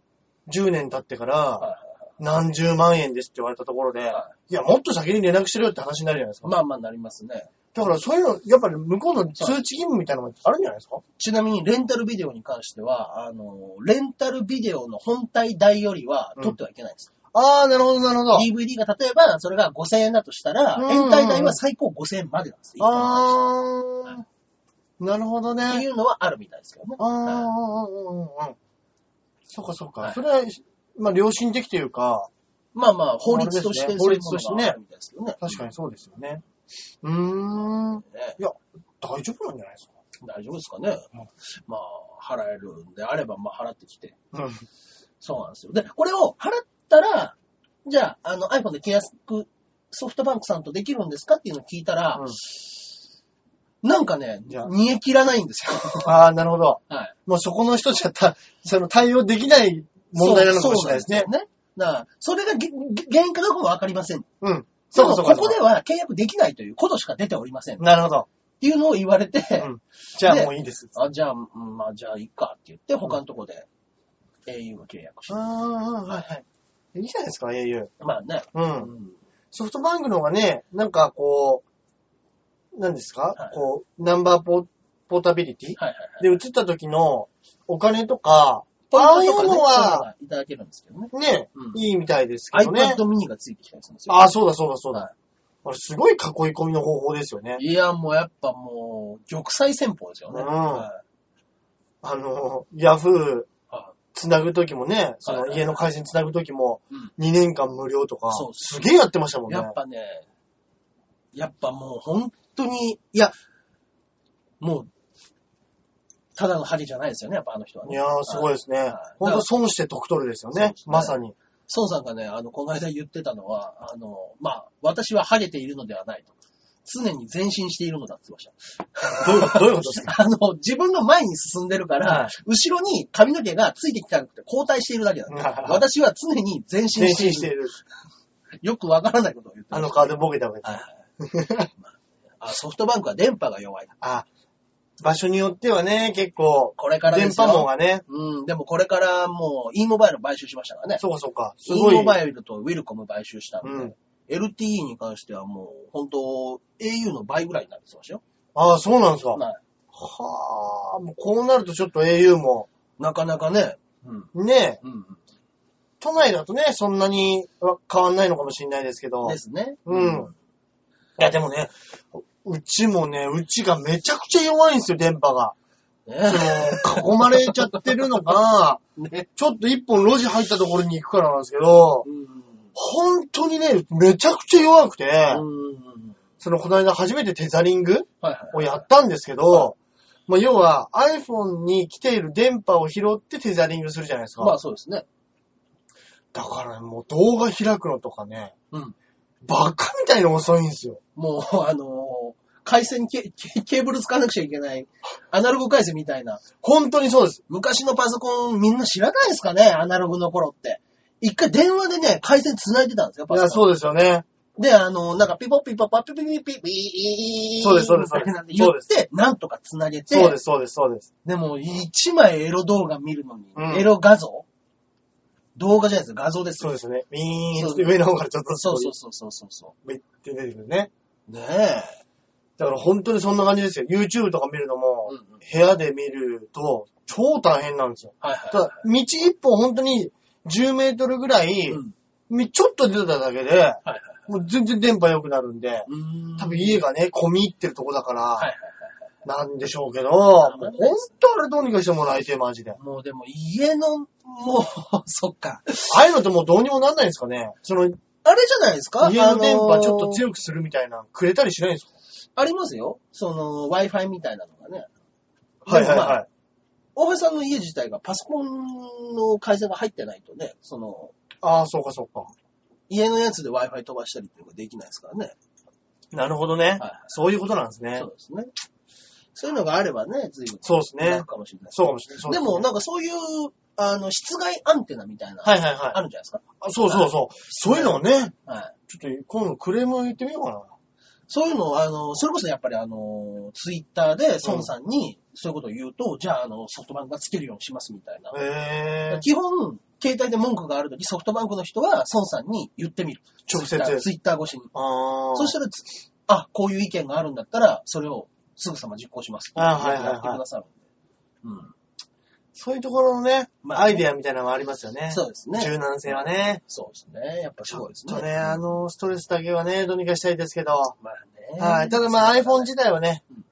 A: 10年経ってか
B: はい
A: ら、何十万円ですって言われたところで、、
B: はい
A: や、もっと先に連絡してるよって話になるじゃないですか。
B: まあまあなりますね。
A: だからそういうの、やっぱり向こうの通知義務みたいなのもあるんじゃないですか
B: ちなみに、レンタルビデオに関しては、あの、レンタルビデオの本体代よりは取ってはいけないんです。
A: あー、なるほど、なるほど。
B: DVD が例えば、それが5000円だとしたら、
A: うん
B: 延滞代は最高5000円までなんです。
A: あー、なるほど
B: ってい
A: ね。
B: うのはあるみたいですけどね。
A: あー、
B: はい
A: うんうんうんうん。そうかそう
B: は
A: か。
B: い
A: それは、まあ、良心的というか、
B: まあまあ、法律として
A: あれですね
B: そういうものがあるみたいですけどね。
A: 確かにそうですよね。うーん、
B: ね
A: 大丈夫なんじゃないですか
B: 大丈夫ですかね。まあ、払えるんであれば、まあ払ってきて。
A: うん。
B: そうなんですよ。で、これを払ったら、じゃあ、あの iPhone で契約ソフトバンクさんとできるんですかっていうのを聞いたら、なんかね、
A: じゃあ
B: 煮え切らないんですよ。
A: ああ、なるほど。
B: はい。
A: もうそこの人じゃた、その対応できない問題なのかもしれないですね
B: そ。うなんよね。だから、それがげげ原因かどうかもわかりません。
A: うん。
B: で
A: そうか
B: も
A: そう
B: こ
A: か。
B: こでは契約できないということしか出ておりません。っ
A: なるほど。
B: ていうのを言われて、
A: うん。じゃあもういいです。
B: あ、じゃあ、うんまあ、じゃあ、いっかって言って、他のとこで、au の契約して。
A: ああ、はいはい。いいじゃないですか、au。
B: まあね。
A: う。
B: うんん。
A: ソフトバンクの方がね、なんかこう、何ですか、
B: はい
A: こう、ナンバーポポータビリティ
B: はいはいはい。
A: で移った時のお金とか、
B: ポ
A: ああ
B: イ
A: い
B: ントとか
A: う
B: ね、
A: のは、
B: そういうのがいただけるんですけどね。
A: ね、
B: うん
A: いいみたいですけどね。
B: iPad mini がついてきたりするんですよ。
A: ああ、そうだそうだそう
B: は
A: だ。あれすごい囲い込みの方法ですよね。
B: いや、もうやっぱもう、玉砕戦法ですよね。
A: うん
B: は
A: あの、ヤフー
B: は
A: つなぐ時もね、そ
B: はい
A: の
B: はい
A: 家の回線つなぐ時も
B: うん
A: 2年間無料とか
B: そ、う
A: すげえやってましたもん
B: い
A: ね
B: や。っぱね、やっぱもう本当に、いや、もう、ただの針じゃないですよね、やっぱあの人はね。
A: いやー、すごいです
B: は
A: ね
B: い。
A: ほんと損して得取るですよ
B: そう
A: ね
B: で。すね
A: まさに。
B: 孫さんがね、あの、この間言ってたのは、あの、まあ、私はハゲているのではないと。常に前進しているのだって言ってました。
A: どういうことどういうこと ですか
B: あの、自分の前に進んでるから、
A: はい
B: 後ろに髪の毛がついてきたくて後退しているだけだ。私は常に前進
A: 前
B: してい
A: 進
B: る。
A: している。
B: よくわからないことを言ってまし
A: あ
B: た
A: の顔でボケたわけです
B: はいはいまああソフトバンクは電波が弱い。
A: あ、場所によってはね、結構、
B: これからで
A: 電
B: すよ
A: 波網がね、
B: うん、でもこれからもう e モバイル買収しましたからね。
A: そうかそうか、す
B: e
A: ごい。
B: モバイルとウィルコム買収したんで、
A: うん
B: LTE に関してはもう本当 au の倍ぐらいになってましたよ。
A: ああ、そうなんですか。
B: まあ
A: はあ、もうこうなるとちょっと au も、
B: なかなかね、うん、
A: ね、
B: うん、
A: 都内だとね、そんなには変わんないのかもしれないですけど。
B: で
A: い
B: すね。
A: うんや、でもね、うちもね、うちがめちゃくちゃ弱いんですよ、電波が。そ
B: ね
A: の、囲まれちゃってるの が、
B: ね
A: ちょっと一本路地入ったところに行くからなんですけど、本当にね、めちゃくちゃ弱くて、
B: うん。
A: その、この間初めてテザリング
B: はいはい。
A: をやったんですけど、まあ、要は iPhone に来ている電波を拾ってテザリングするじゃないですか。
B: まあそうですね。
A: だからもう動画開くのとかね、
B: うん。
A: バカみたいに遅いんですよ。
B: もう、 あのー回線ケケケーブル使わなくちゃいけない、アナログ回線みたいな。
A: 本当にそうです。
B: 昔のパソコンみんな知らないですかねアナログの頃って。一回電話でね、回線繋いでたんですよ、
A: い
B: パ
A: や、
B: ソコン。
A: そうですよね。
B: で、あの、なんかピポピポパピピピピピー
A: そうですそうですそう
B: み
A: です
B: たいなん言って、なんとか繋げて、
A: そうです、そうです、そうです。
B: でも一枚エロ動画見るのに、
A: うん
B: エロ画像動画じゃないです画像です
A: そう
B: よ。
A: ですよね。ウィーン
B: そう
A: って上の方からちょっと
B: そうそうそうそうそうそ
A: ビッて出てくるね。
B: う。ねえ。
A: だから本当にそんな感じですよ。YouTube とか見るのも、
B: うんうん
A: 部屋で見ると超大変なんですよ。
B: はいはい
A: ただ、道一本本当に10メートルぐらい、
B: うん
A: みちょっと出ただけで、
B: はい。
A: もう全然電波良くなるんで、
B: うーん。
A: 多分家がね、込み入ってるとこだから、
B: はいはい
A: なんでしょうけど、もう
B: まあ
A: 本当あれどうにかしてもらいてえ、マジで。あ
B: もうで も家の、もう、そっか。
A: あいうのってもうどうにもなんないんですかねその、
B: あれじゃないですか
A: 家の電波ちょっ
B: あ
A: と
B: のー
A: 強くするみたいな、くれたりしないんですか
B: ありますよ。その、Wi-Fi みたいなのがね。
A: はいはい
B: でもま
A: は
B: あ
A: い。
B: 大橋さんの家自体がパソコンの回線が入ってないとね、その、
A: ああ、そうかそうか。
B: 家のやつで Wi-Fi 飛ばしたりっていうのができないですからね。
A: なるほどね
B: はい。
A: そういうことなんですね
B: そ。うですね。そういうのがあればね、随分
A: そうです
B: 楽
A: ね。
B: かもしれないです
A: そうかもしれない。そう
B: でも、
A: すね
B: なんかそういう、あの、室外アンテナみたいな、
A: はいはい
B: あ
A: はい。
B: るんじゃないですか。
A: あそうそうそう。そういうのをね、
B: はい。
A: ちょっと今度クレーム言ってみようかな。
B: そういうのを、あの、それこそやっぱりあの、ツイッターで孫さんにそういうことを言うと、じゃあ、あの、ソフトバンクがつけるようにしますみたいな。
A: へえ。
B: 基本、携帯で文句があるとき、ソフトバンクの人は孫さんに言ってみる。
A: 直
B: ツイ
A: 接
B: ッターツイッター越しに。
A: ああ。
B: そしたらつ、あ、こういう意見があるんだったら、それをすぐさま実行します。
A: あはいはいはい
B: やってくださるんで。うん。
A: そういうところのね、
B: まあね
A: アイデアみたいなのもありますよね。
B: そうですね。
A: 柔軟性はね。
B: そうですね。やっぱすごいです
A: ちょ
B: ね。
A: っとね、あの、ストレスだけはね、どうにかしたいですけど。
B: まあね。
A: はい。ただまあ iPhone
B: い
A: 自体はね
B: うん、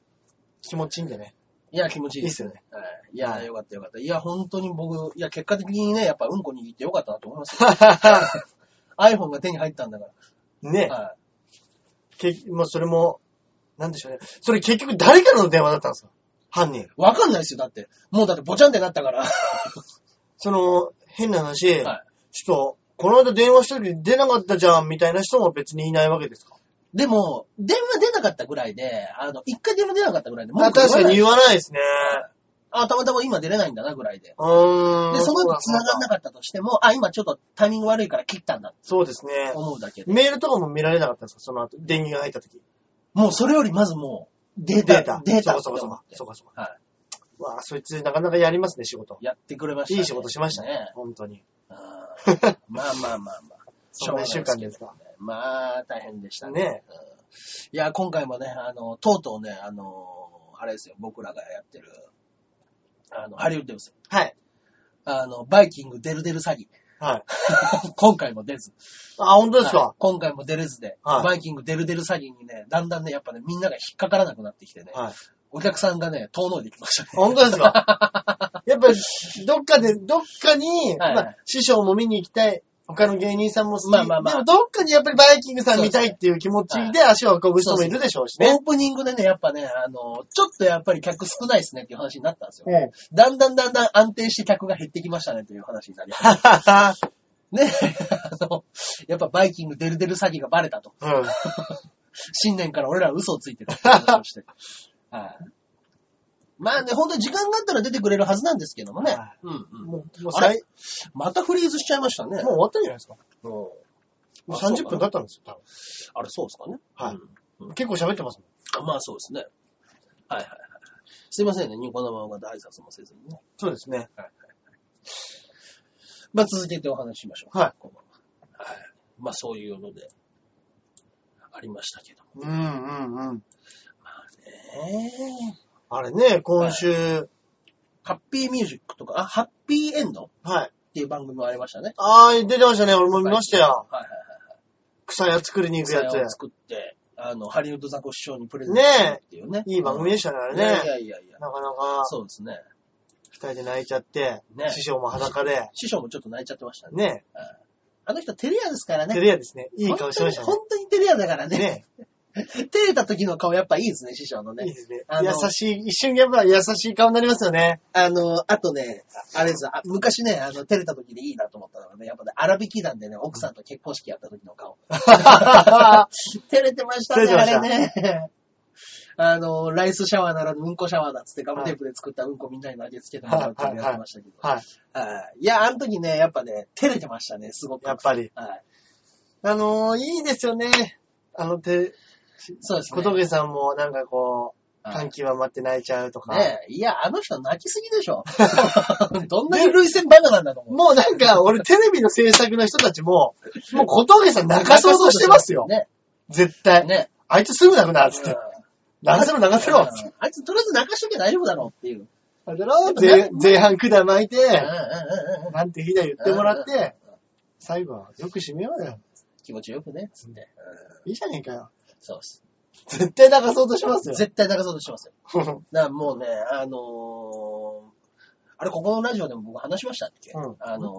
A: 気持ちいいんでね。
B: や、気持ちいいです
A: いいっ。
B: はい。いや、よかったよかった。いや、本当に僕、いや、結果的にね、やっぱうんこ握ってよかったなと思いますよ。iPhone が手に入ったんだか
A: ね
B: ら。、はい。
A: け、もうそれも、なんでしょうね。それ結局誰からの電話だったんですか犯人。
B: わかんないですよ、だって。もうだって、ぼちゃんってなったから。
A: その、変な話、
B: はい
A: ちょっと、この間電話した時に出なかったじゃん、みたいな人も別にいないわけですか
B: でも、電話出なかったぐらいで、あの、一回電話出なかったぐらいで、
A: あ
B: 文句言
A: 確
B: わな
A: か
B: い
A: に言わないですね。
B: あ、たまたま今出れないんだなぐらいで。
A: うーん。
B: で、その後繋がんな
A: な
B: かったとしても、あ、今ちょっとタイミング悪いから切ったんだ
A: そうですね
B: と。思うだけで。
A: メールとかも見られなかったんですかその後、電源が入った時。
B: もうそれよりまずもう、デー
A: デー
B: タ
A: タ。、
B: データって
A: そうかそう
B: 思
A: か
B: っ。て
A: そうかそうか。
B: は
A: うわぁ、そいつなかなかやりますね、仕事。
B: やってくれましたね。
A: いい仕事しましたね
B: ね。。
A: 本当に。
B: あまあまあまあまあ。
A: そんな一週間ですか。
B: まあ、大変でした
A: ね
B: ね。うんいや、今回もね、あの、とうとうね、あの、あれですよ、僕らがやってる、あの、ハリウッドですよ。
A: はい。
B: あの、バイキングデルデル詐欺。
A: はい。
B: 今回も出ず。
A: あ、本当です
B: はい
A: か
B: 今回も出れずで、
A: はい
B: バイキングデルデル詐欺にね、だんだんね、やっぱね、みんなが引っかからなくなってきてね、
A: はい。
B: お客さんがね、遠のいてきましたね。
A: 本当ですか やっぱり、どっかで、どっかに、
B: はいはい
A: まあ、師匠も見に行きたい。他の芸人さんも好き。
B: まあまあまあ
A: でも、どっかにやっぱりバイキングさん見たいっていう気持ちで足を運ぶ人もいるでしょうしね
B: オ。ープニングでね、やっぱね、あの、ちょっとやっぱり客少ないですねっていう話になったんですよ。
A: うん
B: だんだんだんだん安定して客が減ってきましたねという話になりました。 ね、あの、やっぱバイキングデルデル詐欺がバレたと。
A: うん。
B: 新年から俺ら嘘をついてるって話をして。はいまあね、本当に時間があったら出てくれるはずなんですけどもね
A: はい。
B: うんうん。
A: もう、もう
B: あれ
A: 最、
B: またフリーズしちゃいましたね。
A: もう終わったんじゃないですか。
B: も
A: もう
B: あそうか
A: 30分経ったんですよ、
B: う、あれそうですかね。
A: 多分。
B: う
A: はい。結構喋ってますもん。
B: んまあそうですね。はいはいはい。すいませんね、ニコ生が挨拶もせずにね。
A: そうですね。
B: まあ続けてお話ししましょう。
A: はい
B: こんばんは。はい。まあそういうので、ありましたけど。
A: うんうんうん。
B: え
A: あれね、今週、
B: ハッピーミュージックとか、あ、ハッピーエンドっ
A: はい。
B: ていう番組もありましたね。
A: ああ、出てましたね。俺も見ましたよ。
B: はいはいはい。
A: 草屋作りに行く
B: 草
A: や
B: 屋を
A: つ。
B: 作って、あの、ハリウッドザコシショウにプレゼントするっていうね。
A: いい番組でしたね、あれ
B: いやい
A: ね。
B: やいやいや。
A: なかなか、
B: そうですね。
A: 二人で泣いちゃって、
B: ね
A: 師匠も裸で、
B: 師匠もちょっと泣いちゃってましたね。
A: ね、
B: あの人テレアですからね
A: テ。レアですね。いい顔してましたね
B: 本。当に本当に照れ屋だからね。
A: ね、
B: 照れた時の顔やっぱいいですね、師匠の
A: いい
B: ね
A: で。すね
B: あ。の
A: 優しい、一瞬やっぱ優しい顔になりますよね。
B: あの、あとね、あれですあ昔ね、あの、照れた時でいいなと思ったのがね、やっぱね、荒引き団でね、奥さんと結婚式やった時の 顔。照れてましたね、
A: 照れて
B: あれ
A: ま
B: ね。あの、ライスシャワーならぬうんこシャワーだっつってガムテープで作ったうんこみんなに投げつけてもらうっていうのやってましたけど。
A: はい。
B: はいいや、あの時ね、やっぱね、照れてましたね、すごく。
A: やっぱり。
B: はい。
A: あのー、いいですよね。あの、て、
B: そうです
A: 小
B: ね。
A: 峠さんもなんかこう、
B: はい
A: 感極まって泣いちゃうとか。
B: ねえ、いや、あの人泣きすぎでし ょ。どんなに類線バカなんだと思う。
A: もうなんか、俺テレビの制作の人たちも、もう小峠さん泣かそうとしてますよ。
B: ね。
A: 絶対。
B: ね。
A: あいつすぐ泣くな、つって。
B: う
A: 泣かせろ、泣かせろ、つって。
B: んあいつとりあえず泣かしときゃ大丈夫だろうっていう。
A: ぜ前半管巻
B: うんう
A: い
B: ん
A: て、
B: うんうん
A: なんてひだ言ってもらって、最後はよく締めようよ。
B: 気持ちよくね、つって。うん
A: いいじゃねえかよ。
B: そうっす。
A: 絶対泣かそうとしますよ。
B: 絶対泣かそうとしてますよ。
A: うん
B: だからもうね、あのー、あれ、ここのラジオでも僕話しましたっけ、
A: うん
B: あのー、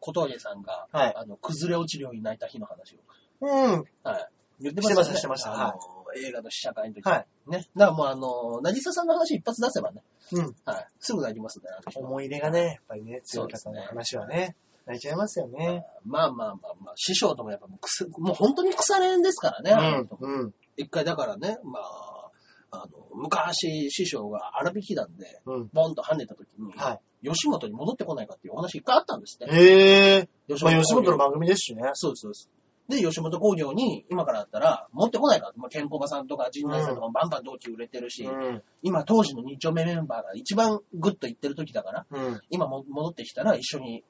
B: 小峠さんが、
A: はい
B: あの、崩れ落ちるように泣いた日の話を。
A: うん。
B: はい。言って
A: してましたしてました
B: あのー映画の試写会の時。
A: はい。
B: ね。だからもうあのー、なぎささんの話一発出せばね。
A: うん。
B: はい。すぐ泣きますね、あの人は
A: 思い入れがね、やっぱりね、
B: そ
A: 強
B: う
A: い
B: です
A: 方
B: ね
A: の話はね、泣いちゃいますよね。
B: まあまあまあまあ、師匠ともやっぱもうくす、もう本当に腐れ縁ですからね。あの人も
A: うん。
B: 一回だからね、まあ、あの、昔師匠が荒引きなんで、
A: うん。
B: ボンと跳ねた時に、
A: は
B: 吉本に戻ってこないかっていうお話一回あったんですっ
A: い。
B: て。
A: へえ。
B: 吉
A: まあ、
B: 興
A: 吉本
B: 業
A: の番組ですしね。
B: そうです、そうです。で、吉本興業に、今からだったら、持ってこないか。まあ、ケンコバさんとか、陣内さんとかもバンバン同期売れてるし、
A: ん。
B: 今、当時の二丁目メンバーが一番グッと行ってる時だから、
A: うん。
B: 今も戻ってきたら一緒に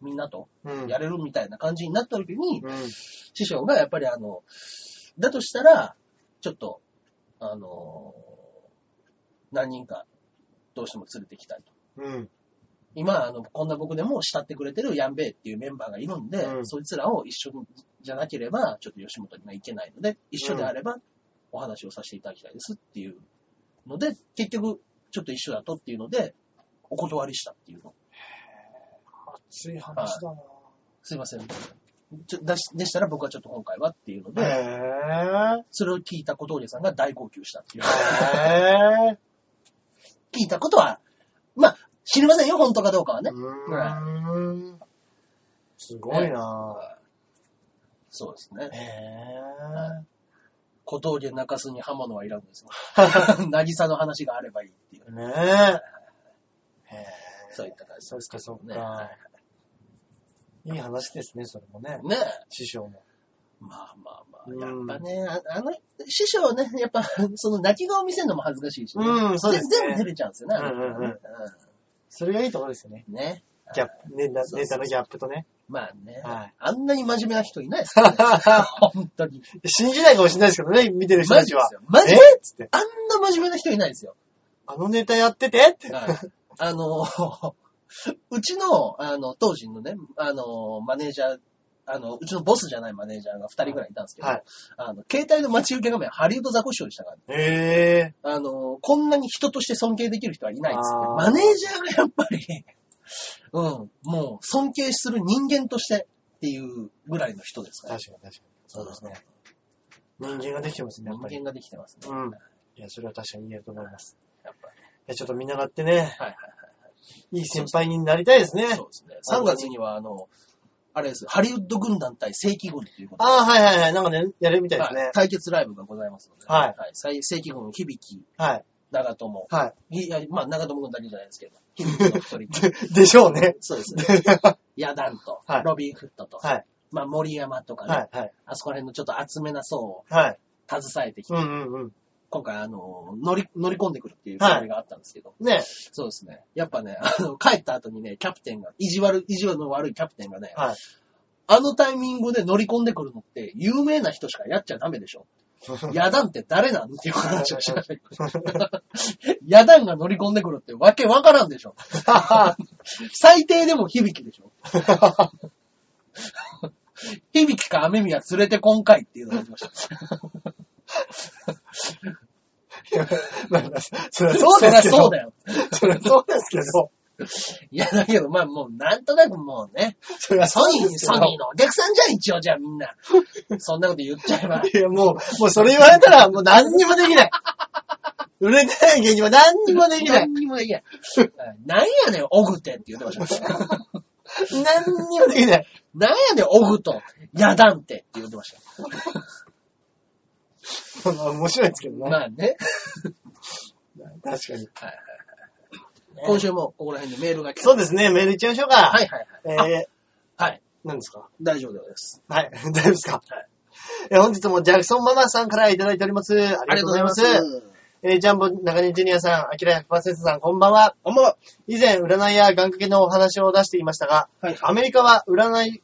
B: みんなと
A: うん。
B: やれるみたいな感じになった時に、
A: うん。
B: 師匠がやっぱりあの、だとしたら、ちょっと、あの何人か、どうしても連れてきたいと。
A: うん。
B: 今、あの、こんな僕でも慕ってくれてるヤンベイっていうメンバーがいるんで、
A: うん
B: そいつらを一緒に、じゃなければ、ちょっと吉本には行けないので、一緒であれば、お話をさせていただきたいですっていうので、結局、ちょっと一緒だとっていうので、お断りしたっていうの。
A: 熱い話だ
B: すいません。ちょだしでしたら僕はちょっと今回はっていうので、
A: な
B: それを聞いた小峠さんが大号泣したっていう。
A: へえ。へえ。
B: 聞いたことは、まあ、知りませんよ、本当かどうかはね。
A: うーん。すごいな
B: そうですね。
A: へえ。
B: 小峠泣かすに刃物はいらん ですよ。渚の話があればいいっていう。
A: ねえ。へえ。
B: そういった感じ
A: そうですか、そう
B: ね
A: か。いい話ですね、それもね。
B: ね
A: 師匠も。
B: まあまあまあ、
A: うん
B: やっぱね、ああの、師匠ね、やっぱ、その泣き顔見せるのも恥ずかしいしね。
A: うんそうですね
B: 全部照れちゃうんですよね。あの人は
A: うんうんうんそれがいいところですよね。
B: うんね。
A: ギャップ、ネ
B: そ
A: タ
B: うそうそう
A: ネタのギャップとね。
B: まあね、
A: はい
B: あんなに真面目な人いないです から、ね。本当に。
A: 信じないかもしれないですけどね、見てる人
B: マ
A: た
B: ジ
A: ち
B: で
A: は
B: す。よ。マジ
A: え
B: で
A: っつって。
B: あんな真面目な人いないですよ。
A: あのネタやっててって。
B: はい。あの、 うちの、あの、当時のね、あの、マネージャー、あの、うちのボスじゃないマネージャーが二人ぐらいいたんですけど、
A: はい
B: あの、携帯の待ち受け画面、ハリウッドザコシショウでしたから、ね、
A: へえ。
B: あの、こんなに人として尊敬できる人はいないですけ
A: あ
B: ど、
A: ー
B: マネージャーがやっぱり、 うん、もう尊敬する人間としてっていうぐらいの人ですから、
A: 確かに確かに。そうですね。人間ができてますね、や
B: 人
A: っぱり。
B: 間ができてますね。
A: うんいや、それは確かに言えると思います。
B: やっぱり。
A: いや、ちょっと見習ってね、
B: はいはい
A: いい先輩になりたいですね
B: はい。。そうですね。3月には、あの、あれです、ハリウッド軍団対正規軍ということで
A: ああ、はいはいはい。なんかね、やれるみたいです
B: は
A: ね
B: い。対決ライブがございますので、
A: はい
B: 最正規軍、響、
A: はい。
B: 長友、
A: はい
B: やまあ、長友軍だけじゃないですけど、響の一人と、
A: い。でしょうね。
B: そうです ね、
A: は
B: ヤダンと、
A: はい
B: ロビン・フットと、
A: はい
B: まあ、森山とか
A: い、
B: ね、
A: はい、
B: あそこら辺のちょっと厚めな層を
A: はい。
B: 携えてきて、
A: うんうんうん。
B: 今回、あの、乗り、乗り込んでくるっていう感じがあったんですけど、
A: ね
B: そうですね。やっぱね、あの、帰った後にね、キャプテンが、意地悪、意地悪の悪いキャプテンがね、
A: はい
B: あのタイミングで乗り込んでくるのって、有名な人しかやっちゃダメでし ょ。ヤダンって誰なんっていう話をしましたけど。 ヤダンが乗り込んでくるってわけわからんでし ょ。最低でも響きでしょ。 響きか雨宮連れてこんかいっていうのがありました。
A: まあまあそりゃそうですけど。
B: そりゃそうだよ。
A: そりゃそうですけど。
B: いや、だけど、まあもう、なんとなくもうね、
A: そりゃ
B: ソ
A: そう
B: ニ
A: で
B: ー、
A: す
B: ソ
A: けど。
B: ニーのお客さんじゃん、一応、じゃあみんな。そんなこと言っちゃえば。
A: いや、もう、もうそれ言われたら、もう何にもできない。売れてない芸人は何にもできない。
B: 何にもできない。何やねん、オグテって言ってました。
A: 何にもできない。
B: 何やねん、オグと、ヤダンテって言ってました。
A: まあ面白いですけどね。
B: まあね。
A: 確かに。
B: 今週もここら辺でメールが来て
A: そうですね、メールいっちゃいましょうか。。
B: はいいはい
A: え
B: はい。
A: ー、
B: あはい。
A: 何ですか
B: 大丈夫です。
A: はい、 大丈夫ですかはい。えー本日もジャクソンママさんからいただいております。あり
B: あ
A: がとうございます。えージャンボ中根ジュニアさん、アキラ100%さん、こんばんは。
B: あんま、はい
A: 以前、占いや願掛けのお話を出していましたが、
B: はい。
A: アメリカは占い、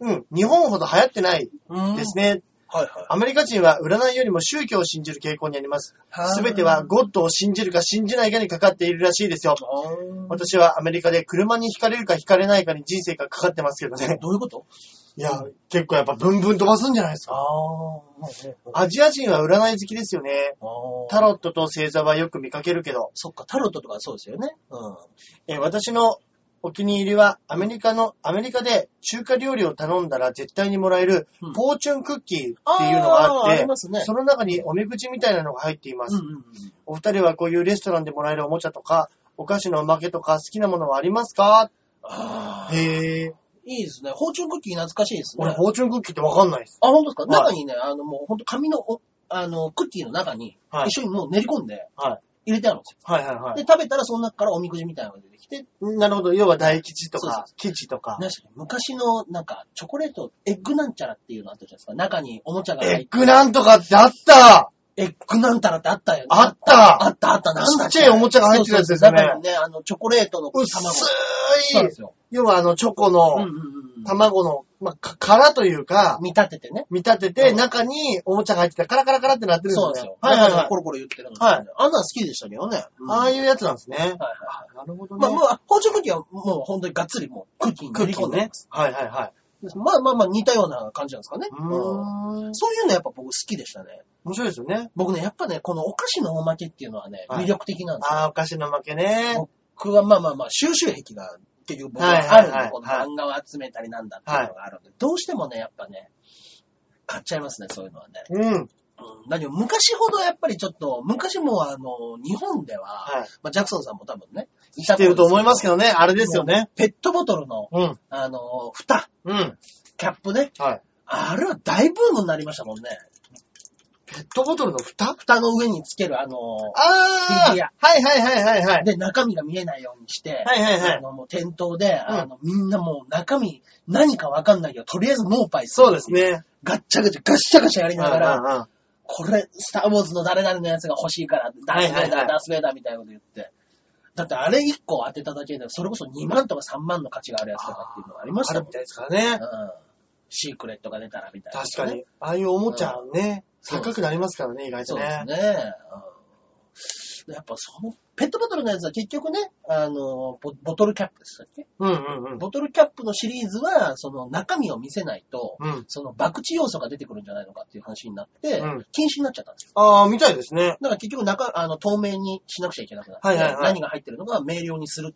A: うん、日本ほど流行ってない
B: うん
A: ですね。
B: はいは
A: アメリカ人は占いよりも宗教を信じる傾向にあります。
B: い。
A: すべてはゴッドを信じるか信じないかにかかっているらしいですよ。
B: あー、
A: 私はアメリカで車に惹かれるか惹かれないかに人生がかかってますけどね。
B: どういうこと
A: いや、結構やっぱブンブン飛ばすんじゃないです
B: あ
A: か。
B: あ、
A: アジア人は占い好きですよね。タ
B: ロ
A: ロットと星座はよく見かけるけど、
B: そっか、タロットとかそうですよね。うん。
A: えー私のお気に入りはアメリカの、アメリカで中華料理を頼んだら絶対にもらえる
B: うん
A: フォーチュンクッキーっていうのがあって、
B: ありますね。
A: その中におみくじみたいなのが入っています。
B: うんうんうん
A: お二人はこういうレストランでもらえるおもちゃとか、お菓子のおまけとか好きなものはありますか
B: あー
A: へえ。
B: いいですね。包丁クッキー懐かしいですね。
A: 俺、
B: あ、
A: フォーチュンクッキーってわかんないです。
B: 本当ですか、
A: はい
B: 中にね、あの、もう本当紙のお、あの、クッキーの中に、
A: はい
B: 一緒にもう練り込んで、
A: は
B: 入れてあるんですよ。
A: はいはいは
B: で、食べたらその中からおみくじみたいなのが出てきて、
A: い。なるほど。要は大吉と
B: そうそう
A: か、吉とか。
B: 何でしたっけ昔の、なんか、チョコレート、エッグなんちゃらっていうのあったじゃないですか。中におもちゃが入っ
A: エッグなんとかってあった
B: エッグなんたらってあったよね。
A: あった
B: あったあった、なんだ
A: ちっちゃいおもちゃが入ってるやつですよね
B: そうそう中にね、あの、チョコレートの卵。
A: 薄
B: そうなん
A: い
B: ですよ。
A: 要はあの、チョコ
B: うんうん
A: の
B: うんうん。
A: 卵の、まあ、か殻というか、
B: 見立ててね。
A: 見立て
B: う
A: て、
B: ん
A: 中におもちゃが入ってたカラカラカラってなってるん
B: そうなんで
A: で
B: すす
A: よ
B: よ。。
A: はいはい
B: 中
A: は
B: に
A: い
B: コ。ロコロ言ってるのがね、
A: はい
B: あんなの好きでしたけどね。うん
A: ああいうやつなんですね。
B: はいはいはい。
A: なるほど
B: まあまあ、包丁クッキーはもう本当にがっつりもうクッキーに
A: ク
B: 塗
A: ッ
B: り
A: キ
B: 込
A: ー
B: んで
A: ね
B: ま。す。
A: はいはいはい。
B: まあまあまあ似たような感じなんですかね。
A: う
B: うん
A: ーん。
B: そういうのやっぱ僕好きでしたね。
A: 面白いですよね。
B: 僕ね、やっぱね、このお菓子のおまけっていうのはね、
A: はい
B: 魅力的なんですよ。
A: ああ、お菓子の負けね。
B: 僕はまあまあまあ、収集癖が結局僕は
A: はい
B: あ
A: はい
B: るんで、
A: はい
B: この
A: はい
B: 漫画を集めたりなんだっていうのがあるんで、どうしてもね、やっぱね、買っちゃいますね、そういうのはね。
A: うん。
B: うん、だけど昔ほどやっぱりちょっと、昔もあの、日本では、
A: はい。
B: まあ、ジャクソンさんも多分ね、い
A: 知ってると思いますけどね。あれですよね。
B: ペットボトルの、
A: うん。
B: あの、蓋、
A: うん。
B: キャップね、
A: はい。
B: あれは大ブームになりましたもんね。
A: ペットボトルの蓋
B: 蓋の上につける、あの、
A: あ
B: フィギュ
A: あはいはいはいはいはい。
B: で、中身が見えないようにして、
A: はいはいはい
B: あの、もう店頭で、あの、みんなもう中身、何かわかんないけど、とりあえずノーパイ
A: そうです。ね。
B: ガッチャガチャ、ガッシャガシャやりなが
A: うん
B: ら、
A: うんうん
B: これ、スターウォーズの誰々のやつが欲しいから、ダースベイダー、
A: はいはいはい
B: ダースベイダーみたいなこと言って、だってあれ1個当てただけで、それこそ2万とか3万の価値があるやつとかっていうのがありまし
A: あ
B: た
A: る
B: もん
A: み。たいですからね。
B: うんシークレットが出たらみたいな、
A: 確か。に。ああいうおもちゃね、
B: うん
A: 高くなりますからね、意外
B: そ
A: と
B: うです
A: ね。
B: ね。うんやっぱその、ペットボトルのやつは結局ね、あの、ボボトルキャップでしたっけ
A: うんうんうん。
B: ボトルキャップのシリーズは、その中身を見せないと、
A: うん。
B: その博打要素が出てくるんじゃないのかっていう話になって、
A: うん
B: 禁止になっちゃったんですよ。
A: ああ、みたいですね。
B: だから結局中、あの、透明にしなくちゃいけなくなって、
A: はいはいはい
B: 何が入ってるのか明瞭にする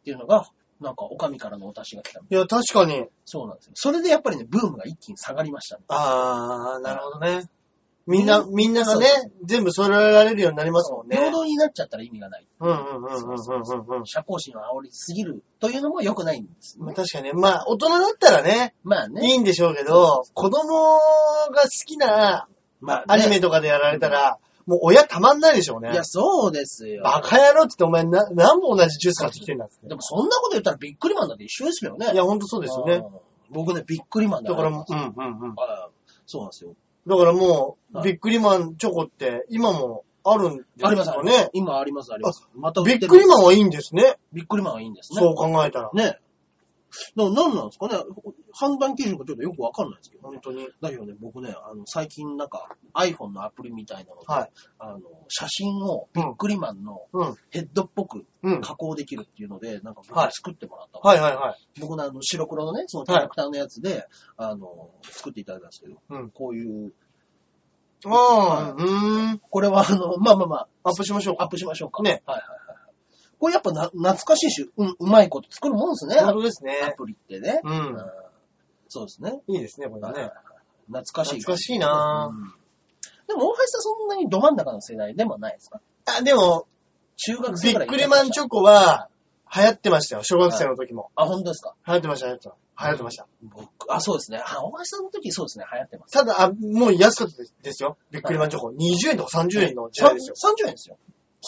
B: っていうのが、なんか、お上からのお達しが来た。
A: いや、確かに。
B: そうなんですよ。それでやっぱりね、ブームが一気に下がりましたね、
A: ああ、なるほどね。みんな、みんながね
B: そう、
A: 全部揃えられるようになりますもんね。
B: 平等になっちゃったら意味がない。
A: うんうんうんうんうんうん。
B: 社交心を煽りすぎるというのも良くないんですよ
A: まあ確かにね。まあ、大人だったらね、
B: まあね。
A: いいんでしょうけど、子供が好きな
B: まあ
A: ア
B: ね、
A: ニメとかでやられたら、もう親たまんないでしょうね
B: い。や、そうですよ。
A: バカ野郎って言ってお前な、何本同じジュース買ってきてんだっつって
B: で。もそんなこと言ったらビックリマンだって一緒ですよね。
A: いや、ほんとそうですよね。
B: うん。僕ね、ビックリマンだ
A: だからも
B: う
A: う、うんうんうん。
B: そうなんですよ。
A: だからも
B: は
A: う、
B: い
A: ビックリマンチョコって今もあるんです
B: あります、あ
A: よ
B: ります
A: ね。。
B: 今あります、あります。また売
A: ビ
B: って
A: ッ
B: る
A: クリマンはいいんですね。
B: ビックリマンはいいんですね。
A: そう考えたら。
B: ね。だから何なんですかね判断基準がちょっとよくわかんないですけどね
A: 本。当に。
B: だけどね、僕ね、あの、最近なんか iPhone のアプリみたいなので、
A: はい
B: あの、写真をビックリマンの
A: うん。
B: ヘッドっぽく
A: うん。
B: 加工できるっていうので、なんか僕
A: はい
B: 作ってもらったの、
A: はいはいはい。
B: 僕のあの白黒のね、そのキャラクターのやつで、あの、作っていただいたんですけど、
A: うん
B: こういう、
A: ああ、うーん。
B: これはあの、まあまあまあ、
A: アップしましょう
B: アッ
A: か。
B: プしましょうか。
A: ね。
B: はいはいはいはい。これやっぱな懐かしいし、うん、うまいこと作るもんですね。
A: 本当です
B: ア
A: ね。
B: プリってね。
A: う
B: うんん。そうですね。
A: いいですね、これはね。
B: 懐かしい。
A: 懐かしいな
B: う
A: ぁ
B: んでも、大橋さんそんなにど真ん中の世代でもないですか
A: あ、でも、
B: 中学生
A: ビ
B: くら
A: ッ
B: い。
A: クリマンチョコは、流行ってましたよ。小学生の時も。
B: あ、本当ですか
A: 流行ってました、流行ってました。流行ってました。
B: 僕、あ、そうですね。あ、大橋さんの時そうですね。流行ってます。
A: ただ、あ、もう安かったですよ。ビックリマンチョコ。20円とか30円の時代ですよ。
B: 30円ですよ。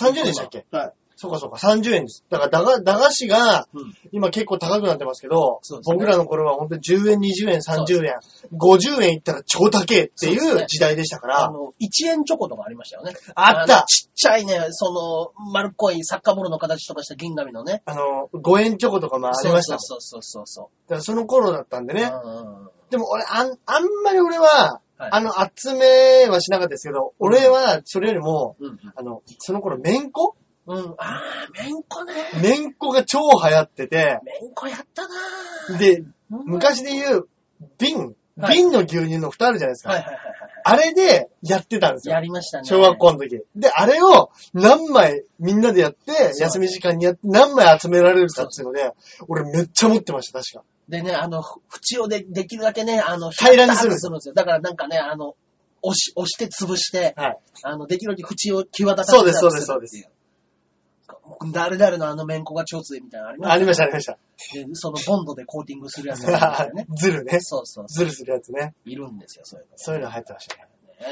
A: 30円でしたっけ
B: はい。
A: そうかそうか、30円です。だから、駄菓駄菓子が
B: うん、
A: 今結構高くなってますけど、
B: そうですね
A: 僕らの頃は本当に10円、20円、
B: そ
A: 30円、50円いったら超高えってい
B: そうですね
A: う時代でしたか
B: あ
A: ら、
B: の、1円チョコとかありましたよね。
A: あっ
B: の
A: た
B: ちっちゃいね、その、丸っこいサッカーボールの形とかした銀紙のね。
A: あの、5円チョコとかもありましたもん。
B: そうそうそうそ
A: だからその頃だったんで
B: う。
A: ね。
B: うんうんうん
A: でも俺、あん、あんまり俺は、
B: はい
A: あの、集めはしなかったですけど、俺はそれよりも、
B: うん
A: あの、その頃、めんこ
B: うん。うん。あー、めんこね。
A: めんこが超流行ってて、
B: めんこやったなー。
A: で、
B: うん
A: 昔で言う、瓶、
B: はい
A: 瓶の牛乳の蓋あるじゃないですか。
B: はいはいはいはい。
A: あれでやってたんですよ。
B: やりましたね。
A: 小学校の時。で、あれを何枚みんなでやって、休み時間にやって、何枚集められるかっていうので、俺めっちゃ持ってました、確か。
B: でね、あの、ふ縁をで、できるだけね、あの、
A: 平らにする
B: するんですよ。だからなんかね、あの、押し、押して潰して、
A: はい。
B: あの、できるだけ縁を際立たせて
A: そうですそうです
B: す。誰々のあの面子が超強いみたいなのありま
A: ありました、あり
B: ね。
A: ました。。
B: でそのボンドでコーティングするやつがありましたよね
A: ズルね。
B: そうそうそ
A: ズルするやつね。
B: う。いるんですよ、そういうの。
A: そういうの流行ってましたね。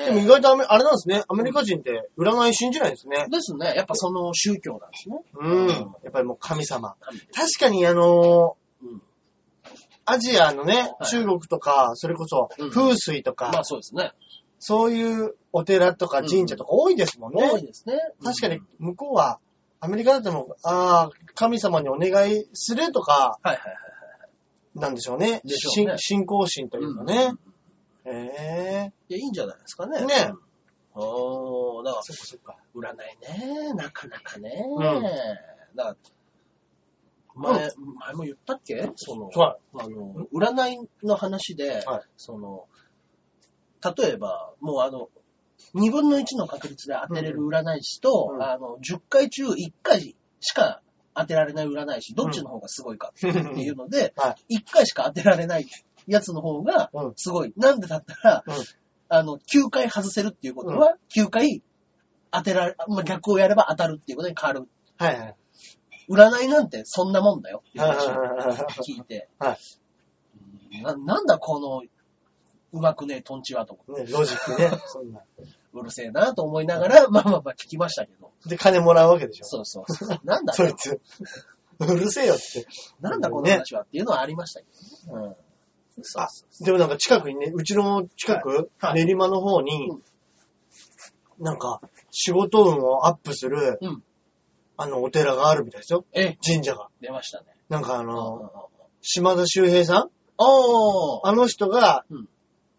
A: でも意
B: ね
A: 外とアメあれなんですね。アメリカ人って占い信じないんですね。
B: ですね。やっぱその宗教なんですね。
A: うん。やっぱりもう神様。
B: 神です
A: 確かにあの
B: うん
A: アジアのね、
B: はい
A: 中国とか、それこそ
B: うん
A: 風水とか、
B: まあそうですね。
A: そういうお寺とか神社とか多いですもんね。
B: 多いですね。
A: 確か
B: う
A: に
B: ん
A: 向こうは、アメリカだともう、ああ、神様にお願いするとか、
B: はいはいはい。
A: なんでしょうね。
B: でしょうね
A: 信信仰心というかね。へえ
B: いや、いいんじゃないですかね。
A: ね
B: うんおー、だか
A: そっかそっか。
B: ら、占いね、なかなかね。
A: うん
B: だから、前、前も言ったっけその、
A: は
B: あの、占いの話で、
A: はい
B: その、例えば、もうあの、2分の1の確率で当てれる占い師と、
A: うん
B: あの、10回中1回しか当てられない占い師、どっちの方がすごいかっていうの で、
A: は
B: 1回しか当てられないやつの方が
A: うん
B: すごい。なんでだったら、
A: うん
B: あの、9回外せるっていうことは、9回当てられ、まあ、逆をやれば当たるっていうことに変わる。
A: はいはい。
B: 占いなんてそんなもんだよっていう
A: はいはい
B: 話
A: は
B: を
A: いはい
B: 聞いて、
A: は
B: ななんだこの、うまくねえトンチはと思って、
A: ね、ロジッ クね。そんな。
B: うるせえなと思いながら、まあまあまあ聞きましたけど、
A: で、金もらうわけでしょ。
B: そうそう そう、なんだ
A: そいつ。うるせえよって。
B: なんだこの話はっていうのはありましたけどね、うん。そう
A: あ
B: そ、
A: でもなんか近くにね、うちの近く、
B: はいはい
A: 練馬の方に
B: う、
A: なんか、仕事運をアップする
B: うん、
A: あの、お寺があるみたいですよ。
B: え、
A: 神社が。
B: 出ましたね。
A: なんかあ
B: あ
A: の、
B: あ
A: 島田修平さん
B: ああ
A: あの人が
B: うん、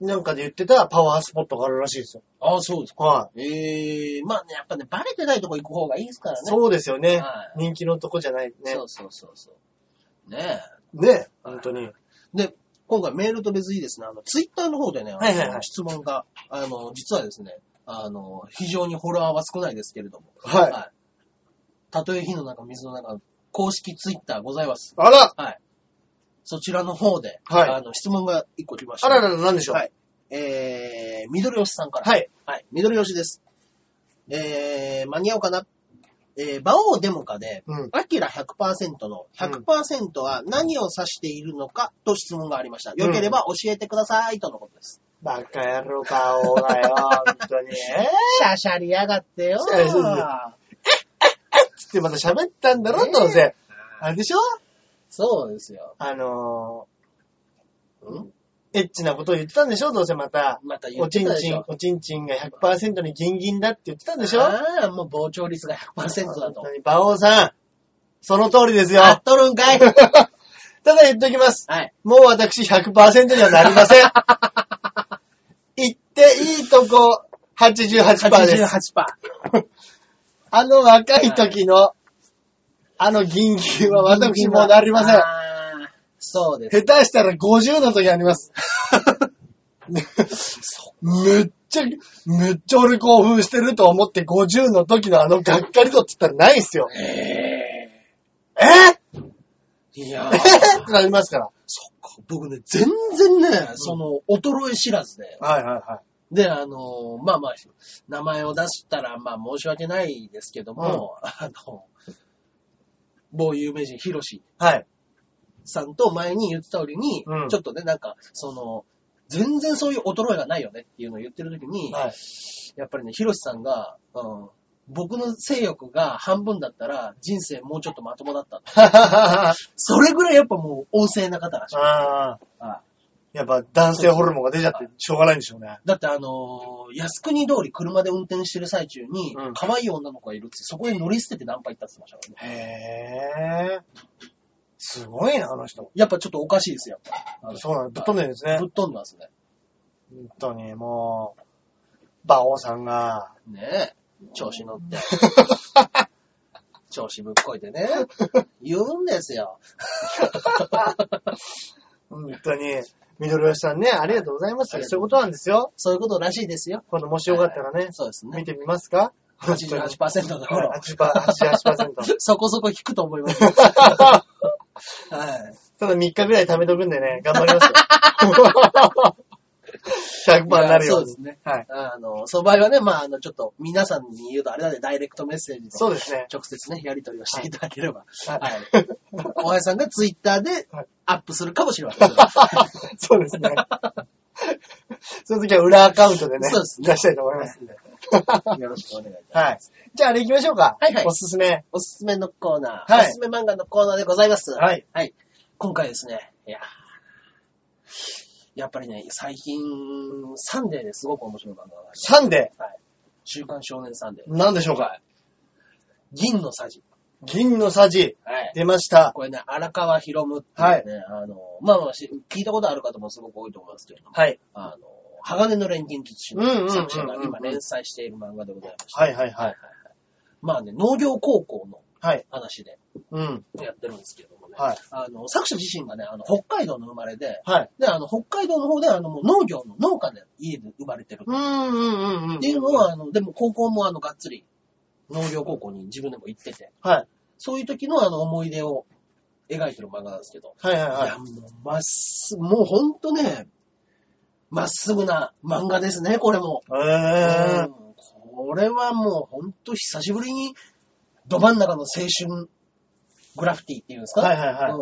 A: なんかで言ってたパワースポットがあるらしいですよ。
B: ああ、そうですか。
A: はい。
B: ええまあね、やっぱね、バレてないとこ行く方がいいですからね。
A: そうですよね。
B: はい
A: 人気のとこじゃないね
B: そ。うそうそうそう。ねえ。
A: ね。本当に。
B: で、今回メールと別にですね、あの、ツイッターの方でね、あの
A: はいはいはい
B: 質問が、あの、実はですね、あの、非常にフォロワーは少ないですけれども、
A: はい。
B: たとえ火の中、水の中、公式ツイッターございます。
A: あら
B: そちらの方で、
A: はい
B: あの、質問が一個来ました。
A: あららら、なんでしょう
B: はいえー、緑吉さんから。
A: はい。
B: はい、緑吉です。えー、間に合うかなえー、馬王デモカで、
A: うん。
B: アキラ100%の100%は何を指しているのかと質問がありました。よければ教えてくださいとのことです。
A: バカ野郎、バオだよ、本当 に。え
B: シャシャりやがってよ
A: そうそうそうーつってまた喋ったんだろ、どうせ。あれでしょ
B: そうですよ。
A: あの
B: ん
A: ー、エッチなことを言ってたんでしょ、どうせまた。
B: また言
A: お
B: って
A: ち
B: た
A: ん
B: で
A: ち
B: し
A: ん
B: ょ、。
A: おちんちんが100%にギンギンだって言ってたんでしょ
B: ああ、もう膨張率が100%だ
A: 本
B: と
A: 当。に、馬王さん、その通りですよ。
B: やっとるんかい
A: ただ言っときます。
B: はい。
A: もう私100%にはなりま せん。言っていいとこ88%です。
B: 88%。
A: あの若い時の、あのギンギンは私もうなりません。
B: あーそうです。
A: 下手したら50の時あ ります。めっちゃ、めっちゃ俺興奮してると思って50の時のあのがっかり度って言ったらないっすよ。
B: え
A: えー、
B: ー、いやー
A: えー、 ってなりますから。
B: そっか、僕ね、全然ね、その、衰え知らずで、
A: はいはいは
B: で、あの、まあまあ、名前を出したら、まあ申し訳ないですけども、あの、某有名人、ヒロシ
A: い。はい。
B: さんと前に言ってたりに、
A: うん
B: ちょっとね、なんか、その、全然そういう衰えがないよねっていうのを言ってる時に、
A: はい。
B: やっぱりね、ヒロシさんが、うん、僕の性欲が半分だったら、人生もうちょっとまともだった。 それぐらいやっぱもう、旺盛な方らしい。
A: ああ。
B: あ
A: やっぱ男性ホルモンが出ちゃってしょうがないんでしょうね。
B: だってあのー靖国通り車で運転してる最中に
A: うん、
B: 可愛い女の子がいるって、そこへ乗り捨ててナンパ行ったって言ってましたからね。
A: へえ。すごいな、あの人。
B: やっぱちょっとおかしいですよ。あの
A: そうなの、ぶっ飛んでるんですね。
B: ぶっ
A: 本
B: 飛んだんですね。
A: 当に、もう、馬王さんが、
B: ねえ。調子乗って。調子ぶっこいてね。言うんですよ。
A: 本当に、緑吉さんね、ありがとうございました。
B: ありが
A: そ
B: と
A: う
B: ご
A: いううことなんですよ。
B: そういうことらしいですよ。
A: 今度もしよかったらね、
B: そうですね
A: 見。てみますか
B: 88%の頃。
A: 88%。
B: そこそこ引くと思い ます。はい。
A: ただ3日ぐらい貯めとくんでね、頑張り ますよ。100%になるよう
B: いやそうで
A: に
B: す。ね。
A: はい。
B: あの、そばいはね、まあ、あの、ちょっと皆さんに言うとあれなんで、ダイレクトメッセージ
A: そう
B: と
A: ですね。
B: 直接ね、やり取りをしていただければ。
A: はい
B: はい。おやさんがツイッターで
A: はい
B: アップするかもしれません。
A: そうですね。その時は裏アカウントでね、
B: そうですね
A: 出したいと思いますんで。
B: よろしくお願いいたします。
A: はい。じゃああれ行きましょうか。
B: はいはい
A: おすすめ。
B: おすすめのコーナー、
A: は
B: お
A: い
B: すすめ漫画のコーナーでございます。
A: はい。
B: はい。今回ですね、いやーやっぱりね、最近、サンデーですごく面白い漫画があります
A: サンデ
B: 週刊少年サンデー。
A: ー。何でしょうか
B: はい銀のさじ。
A: 銀のさじ。
B: はい。
A: 出ました。
B: これね、荒川博夢っていうね、あの、まあまあし、聞いたことある方もすごく多いと思いますけれども、
A: はい。
B: あの、鋼の錬金術師
A: うんうんうんうんう
B: の
A: ん
B: 作者が今連載している漫画でございまして、
A: はいはいはい。
B: まあね、農業高校の
A: はい。
B: 話で
A: うん。
B: やってるんですけれどもね、
A: はい。
B: あの、作者自身がね、あの、北海道の生まれで、
A: はい。
B: で、あの、北海道の方で、あの、もう農業の農家で家で生まれてる。
A: うーんうんうんうん。
B: っていうのは、あの、でも高校もあの、がっつり農業高校に自分でも行ってて、
A: はい。
B: そういう時のあの、思い出を描いてる漫画なんですけど、
A: はいはい
B: い
A: は
B: や、もう、まっす、もうほんとね、まっすぐな漫画ですね、これも。
A: い。えー。
B: うんこれはもうほんと久しぶりに、ど真ん中の青春グラフィティっていうんですか
A: はいはいはい
B: うん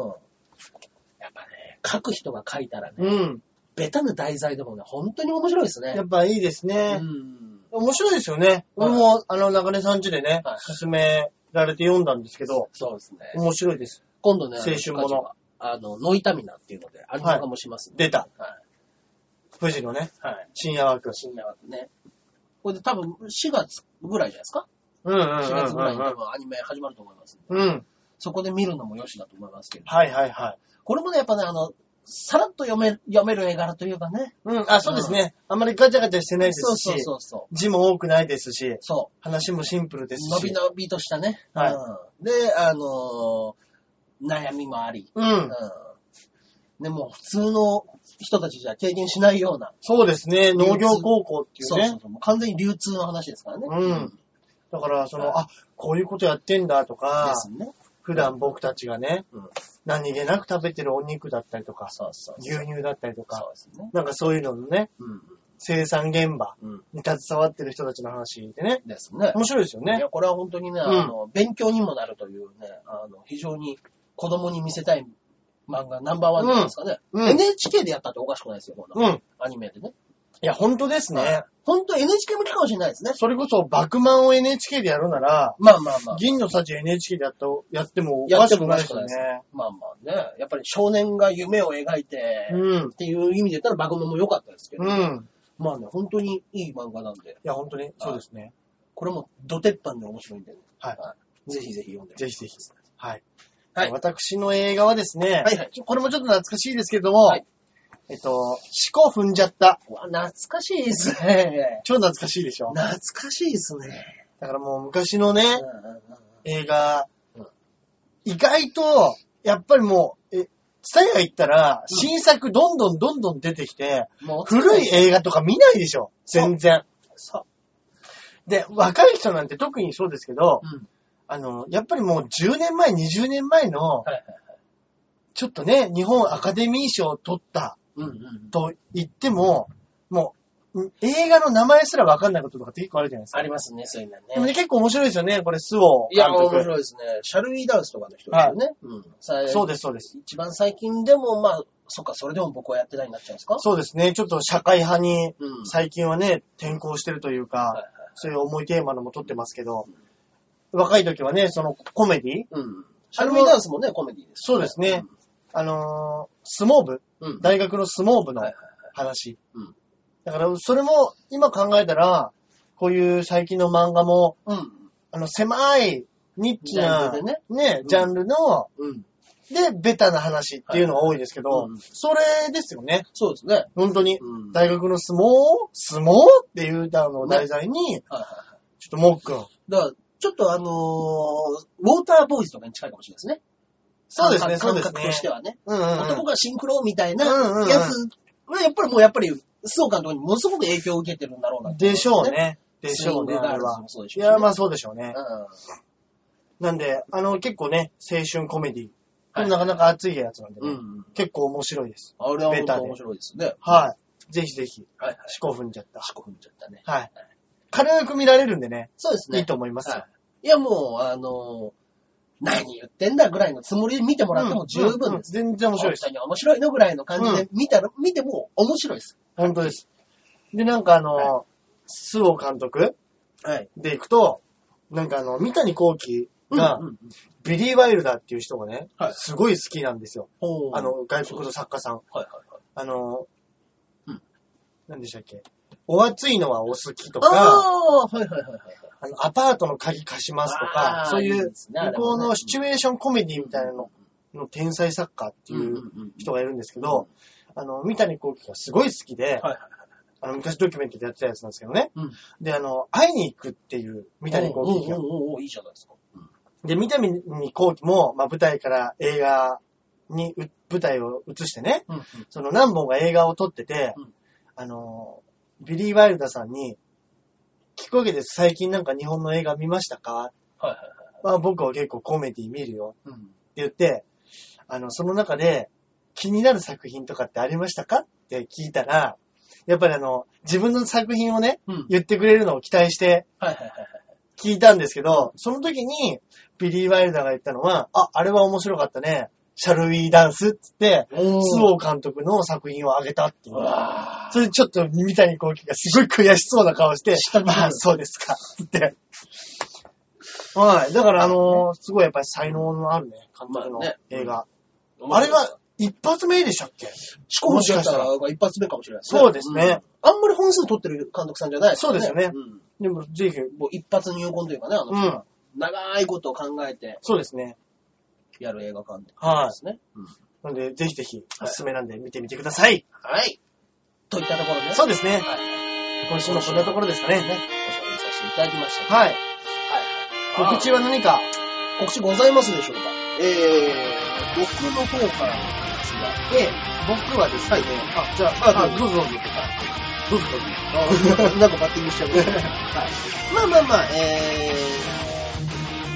B: やっぱね、書く人が書いたらね、
A: うん。
B: ベタな題材でもね、本当に面白いです
A: や
B: ね。
A: っぱいいですね
B: う。ん。
A: 面白いですよね。俺も、あの、流れさんちでね
B: はい、
A: 勧められて読んだんですけど、
B: そうですね。
A: 面白いです。
B: 今度ね、
A: 青春もの
B: あの。あの、ノイタミナっていうので、アニメ化もしますんで、
A: 出た。
B: はい。
A: 富士のね、
B: はい。
A: 深夜枠。
B: 深夜枠ね。これで多分4月ぐらいじゃないですか
A: うんうんうん
B: 4月ぐらいに多
A: う
B: 分アニメ始まると思いますんで。
A: ん。うん。
B: そこで見るのもよしだと思いますけど。
A: はいはいはい。
B: これもね、やっぱね、あの、さらっと読め、読める絵柄というかね。
A: うん、あ、そうですね。あんまりガチャガチャしてないで
B: そう
A: すし
B: そう、そうそう。
A: 字も多くないですし、
B: そ
A: 話もシンプル
B: う。
A: です
B: 伸び
A: し。
B: 伸びとしたね。
A: はい
B: うんで、あのー悩みもあり。
A: う
B: うん
A: ん。。
B: でも、普通の人たちじゃ経験しないような。
A: そうですね。農業高校っていう
B: そうそ
A: ね
B: う。そう。もう完全に流通の話ですからね。
A: うん。だから、そ
B: はい
A: の、あ、こういうことやってんだとか
B: で、すね。
A: 普段僕たちがね
B: うん、
A: 何気なく食べてるお肉だったりとか、
B: そうそうそう。
A: 牛乳だったりとか
B: そ、うですね。
A: なんかそういうののね、
B: うん。
A: 生産現場
B: うん。
A: に携わってる人たちの話でね、
B: ですね。
A: 面白いですよ
B: い
A: ね。
B: や、これは本当にね、
A: ん
B: あの、勉強にもなるというね、あの、非常に子供に見せたい漫画ナンバーワンじゃないですかね。
A: うんうん
B: NHK でやったっておかしくないですよ、こんな
A: うん。
B: アニメでね。
A: いや、本当ですね。
B: 本当 NHK 向きかもしれないですね。
A: それこそ、バクマンを NHK でやるなら、
B: まあまあまあ。
A: 銀の幸 NHK でやったやってもお
B: や
A: か
B: って
A: し
B: も
A: く
B: お
A: な
B: か
A: い
B: し
A: です
B: くない
A: よ
B: で
A: ね
B: す。まあまあね。やっぱり少年が夢を描いて、
A: う
B: っ。
A: ん
B: ていう意味で言ったらバグモも良かったですけど、
A: うん。
B: まあね、本当にいい漫画なんで、
A: いや、本当に、そうですね。
B: これもド鉄板で面白いんでね。
A: はい
B: ぜひぜひ読んで。
A: ぜひぜひ。はい。
B: はい
A: 私の映画はですね、
B: はいはい
A: ちょこれもちょっと懐かしいですけども、
B: はい
A: えっと、四股踏んじゃった。
B: うわ懐かしいです ね。
A: 超懐かしいでしょ。
B: 懐かしいですね。
A: だからもう昔のね、
B: うんうんうんうん
A: 映画、
B: うん
A: 意外と、やっぱりもう、え、ツタヤ行った
B: う
A: ら、
B: ん
A: 新作どんどんどんどん出てきて、
B: もう
A: 古い映画とか見ないでしょ。全然。
B: そう。
A: で、若い人なんて特にそうですけど、
B: うん。
A: あの、やっぱりもう10年前、20年前の、
B: はいはい。
A: ちょっとね、日本アカデミー賞を取った
B: うんうん。
A: と言っても、もう、うん映画の名前すらわかんないこととかって結構あるじゃないです
B: あ
A: か。
B: りますね、そういうの
A: でもね、
B: ね。
A: 結構面白いですよね、これ、スオ
B: いや、面
A: 監督。
B: 白いですね。シャルウィーダンスとかの人ですよね。うん。
A: そう
B: で
A: です、そうです。
B: す。一番最近でも、まあ、そっか、それでも僕はやってないになっちゃうんですか
A: そうですね、ちょっと社会派に
B: うん
A: 最近はね、転校してるという
B: はい
A: か
B: はい、
A: そういう重いテーマのも撮ってますけど、若い時はね、そのコメディ
B: うん。シャルウィーダンスもね、コメディです、
A: そうですね。あのー相撲部、
B: うん。うん。
A: 大学の相撲部の
B: はいはい
A: 話
B: うん。
A: だから、それも今考えたら、こういう最近の漫画も、
B: うん。
A: あの、狭い、ニッチな、
B: ジャンルでねうん
A: ジャンルの、
B: うん。
A: で、ベタな話っていうのが多いですけど、
B: はいうん
A: それですよね。
B: そうですね。
A: 本当に。
B: うん。はい
A: 大学の相撲を相撲っていうあのを題材に、
B: はいはい。
A: ちょっともっくん。
B: だから、ちょっとあのーウォーターボーイズとかに近いかもしれないですね。
A: そうですね、
B: 感
A: そ
B: 覚
A: うで
B: 感
A: す
B: 覚と
A: ね。
B: してはね。
A: うんうんうん
B: 男がシンクロみたいな
A: うんうんうん
B: やつはやっぱりもうやっぱり、須藤監督にものすごく影響を受けてるんだろうな、
A: でしょう。ね。でしょうね、
B: スイングガー
A: あれ
B: ルズ
A: は
B: も。そうで
A: い
B: しょう、ね。
A: や、まあそうでしょうね。
B: あ、
A: なんで、あの、結構ね、青春コメディ。
B: はい
A: なかなか熱いやつなんで
B: う
A: ね、
B: ん。うん。
A: 結構面白いです。
B: あれは本当面白いですね。
A: はい。ぜひぜひ、
B: はい。はい。
A: 四股踏んじゃった。
B: 足こ踏んじゃったね。
A: はい。軽く見られるんでね、
B: そうですね。
A: いいと思いますよ。
B: はい。いや、もう、あのー何言ってんだぐらいのつもりで見てもらっても十分です。
A: うんうん全然面白いです。
B: 本当に面白いのぐらいの感じで見たら、見ても面白いです。
A: 本当です。で、なんかあの、
B: は
A: 須尾監督
B: はい。
A: で行くと、なんかあの、三谷幸喜が、
B: うんうんうん
A: ビリー・ワイルダーっていう人がね、
B: はい
A: すごい好きなんですよ。
B: ほう
A: あの、外国の作家さん。
B: はいはいはい。
A: あの、
B: うん
A: 何でしたっけお熱いのはお好きと
B: あ
A: か、
B: あー、はいはいはいはい。
A: あのアパートの鍵貸しますと
B: あ
A: か、
B: ー
A: そうい
B: いいうですね
A: 向こう
B: あれも
A: の
B: ね
A: シチュエーションコメディみたいなのの天才作家ってい
B: ん
A: う
B: うんうん
A: 人がいるんですけど、あの、三谷幸喜がすごい好きで、
B: はいはい
A: あの、昔ドキュメントでやってたやつなんですけどね。
B: うん
A: で、あの、会いに行くっていう、三谷幸喜が
B: おう。おうおうおういいじゃないですか。
A: で、三谷幸喜も、まあ、舞台から映画にう、舞台を移してね、
B: うん。
A: その何本が映画を撮ってて、
B: うん
A: あの、ビリー・ワイルダーさんに、聞くわけです。最近なんか日本の映画見ましたか、
B: はいはいはい。
A: まあ、僕は結構コメディ見るよ
B: うん。
A: って言って、あの、その中で気になる作品とかってありましたかって聞いたら、やっぱりあの、自分の作品をね、
B: うん。
A: 言ってくれるのを期待して
B: はいはいはいはい。
A: 聞いたんですけど、その時に、ビリー・ワイルダーが言ったのは、あ、あれは面白かったね。シャルウィーダンスっつって、
B: おー
A: スオ監督の作品をあげたっていうう。
B: わ
A: それでちょっと三谷幸喜がすごい悔しそうな顔して、
B: 下に見る
A: まあそうですか、つって。はい。だからあのーすごいやっぱり才能のあるね、監督
B: まあ
A: の
B: ね
A: 映画。
B: ー
A: あれが、一発目でしたっけ
B: 四股踏んでたらが一発目かもしれない
A: そうです
B: う
A: ね。
B: んあんまり本数取ってる監督さんじゃないから
A: そうですよね
B: うん
A: でも、ぜひ、
B: もう一発入魂というかね、あの
A: う
B: 人
A: ん
B: は、。長いことを考えて
A: そうですね。
B: やる映画館で
A: は
B: すね。うん
A: い。なので、ぜひぜひ、
B: は
A: お
B: い
A: すすめなんで見てみてください。
B: はい。といったところで、
A: そうですね。
B: はい
A: 今週もこんなところですかね。
B: ね、ご紹介させていただきました。
A: はい。
B: はいはい
A: 告知は何か
B: 告知ございますでしょうかえー、僕の方からなんですが、え僕はですね、
A: あ、じゃ
B: あ
A: どうぞどうぞ。どうぞどうぞ。
B: なんかバッティングしちゃうね。はいまあまあまあ、え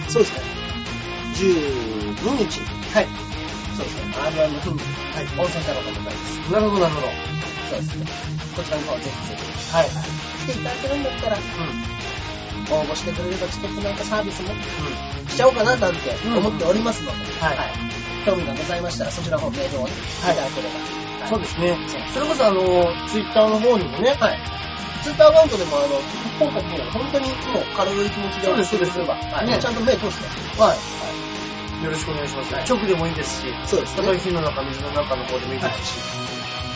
B: ー、そうですね。12日。はい。そうですね。R1 の日に、はい。温泉太郎がございます。
A: なるほど、なるほど。はい。
B: そうですね。こちらの方はぜひぜひ来ていただけるんだったら、
A: うん。うん。
B: 応募してくれればちょっとなんかサービスもしちゃおうかななんて思っておりますので、
A: はい
B: 興味がございましたら、そちらの方メールをね
A: はい
B: いただければ。はい
A: そうですね。それこそ、あの、ツイッターの方にもね、
B: はい。ツイッターアカウントでも、あの、今回も本当にもう軽い気持ちで
A: そうです
B: 送ってくれれば、はい
A: ね
B: ちゃんと目通してます。
A: はい。よろしくお願いします。
B: はい
A: 直でもいいですし、
B: そうですね。
A: 高い火の中、水の中の方でもいいですし、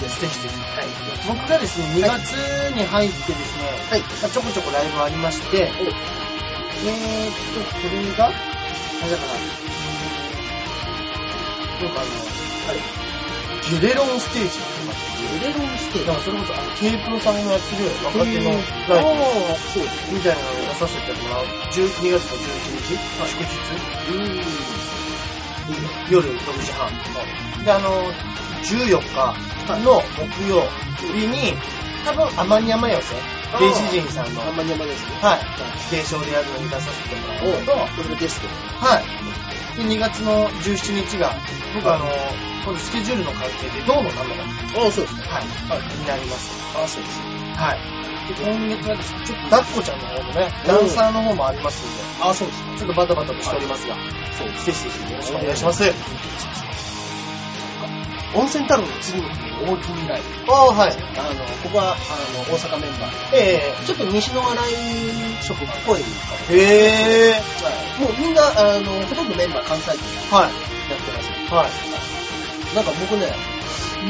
B: です
A: ぜひぜひ。
B: はい。
A: 僕がですね、2
B: はい
A: 月に入ってですね、
B: はい。
A: まあちょこちょこライブありまして、
B: お
A: えーっと、これが、何だかな。なんかあの、ゲレロンステージとか
B: レロンし
A: って
B: て
A: いう、だからそれこそ、あのケープのさんがやってる若手の
B: ラ
A: ライ
B: イ
A: ブ
B: そうです。
A: みたいなのを出させてもらう。12月の11日、祝日、
B: うーん。いいね。
A: 夜6時半。で、あの、14日の木曜日に、多分、天に山寄せ、
B: あー
A: 電子人さんの、
B: あんまり山ですね。
A: はい、継承でやるのに出させても
B: お
A: らうのと、
B: これでゲスト。
A: はい。で、2月の17日が、僕あの、このスケジュールの関係で、どうもなのか、
B: おそうですね。
A: はい、になります。
B: あそうです。
A: はい。で、今月はですね、ちょっと、ダッコちゃんの方もね、ダンサーの方もありますんで、
B: あそうです。
A: ちょっとバタバタとしておりますが、
B: そうです。
A: ぜひぜひよろしくお願いします。
B: 温泉太郎の次の日、大木未来。
A: ああ、は
B: あ
A: い。
B: の、ここは、あの、大阪メンバー
A: え
B: で。ちょっと西の笑い職が声にか
A: えへえ
B: もうみんな、あの、ほとんどメンバー関西人
A: はい。
B: やってます。
A: はい。
B: なんか僕ね、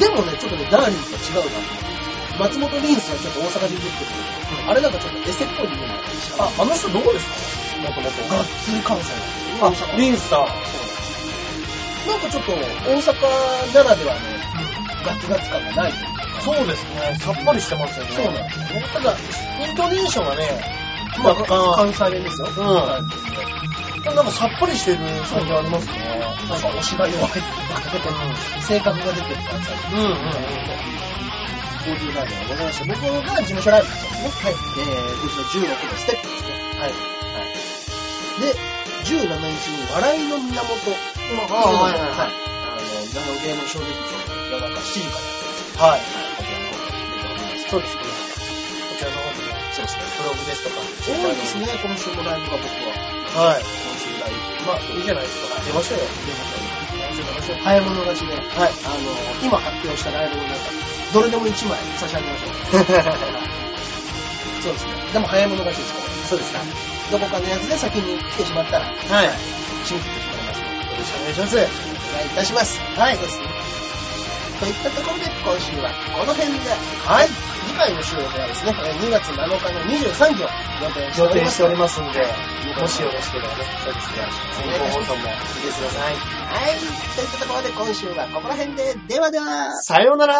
B: でもね、ちょっとね、ダーリンと違うなと思って。松本リンスはちょっと大阪で出てくるけど、あれなんかちょっとエセっぽい部分があるし、
A: あ、あの人どこですかもと
B: が
A: も
B: っつり関西なんですよ。
A: あ、リンスター。
B: なんかちょっと大阪ならではのガツガツ感がないというか。
A: そうですね。さっぱりしてますよね。
B: そうなんですよね。ただ、
A: イントネーションはね、
B: ま
A: 若干
B: あ、関西弁ですよ。
A: うん
B: はい
A: なんかさっぱりしてる感じありますね。
B: なんか推しが弱いっていうか、性格が出てる関西弁。
A: うんうんうん。
B: 交流ライブがございまして、僕が事務所ライブしたんですね。はい。えー、今年の16のステップですね。で、17
A: はい。
B: 日に笑いの源っていうのが。
A: あはいはいはい
B: あの、長野ゲーム小劇場の夜中7時からやってます。こちらの方が出ております。
A: はい。そうですね。こちらの方でね、
B: そうですね。
A: ブログですとか。
B: 多いですね、今週もライブが僕は。
A: はい。
B: 今週ライブ。まあ、
A: いいじゃないですか。
B: 出ましょうよ。出ましょう。出ましょう。早物勝ちで、
A: はい。
B: あの、今発表したライブの中、どれでも1枚差し上げましょう。そうですね。でも早い者勝ちですから。
A: そうですか。
B: どこかのやつで先に来てしまったら、
A: はい。よ
B: 信じてしまいますので、
A: ろしくお願いします。はい。
B: お願いいたします。はい。そうですね。といったところで、今週はこの辺で、次回の収録はですね、えー2月7日の23時を予定して
A: 予
B: おり
A: 定
B: ま
A: し
B: す。
A: ておりますんで、も
B: も
A: し
B: し
A: よ
B: よ
A: ろしければね、そうですね。
B: 先行
A: 放
B: 放
A: 送
B: 送
A: も聞いてください。
B: はい。といったところで、今週はここら辺で、ではでは。
A: さようなら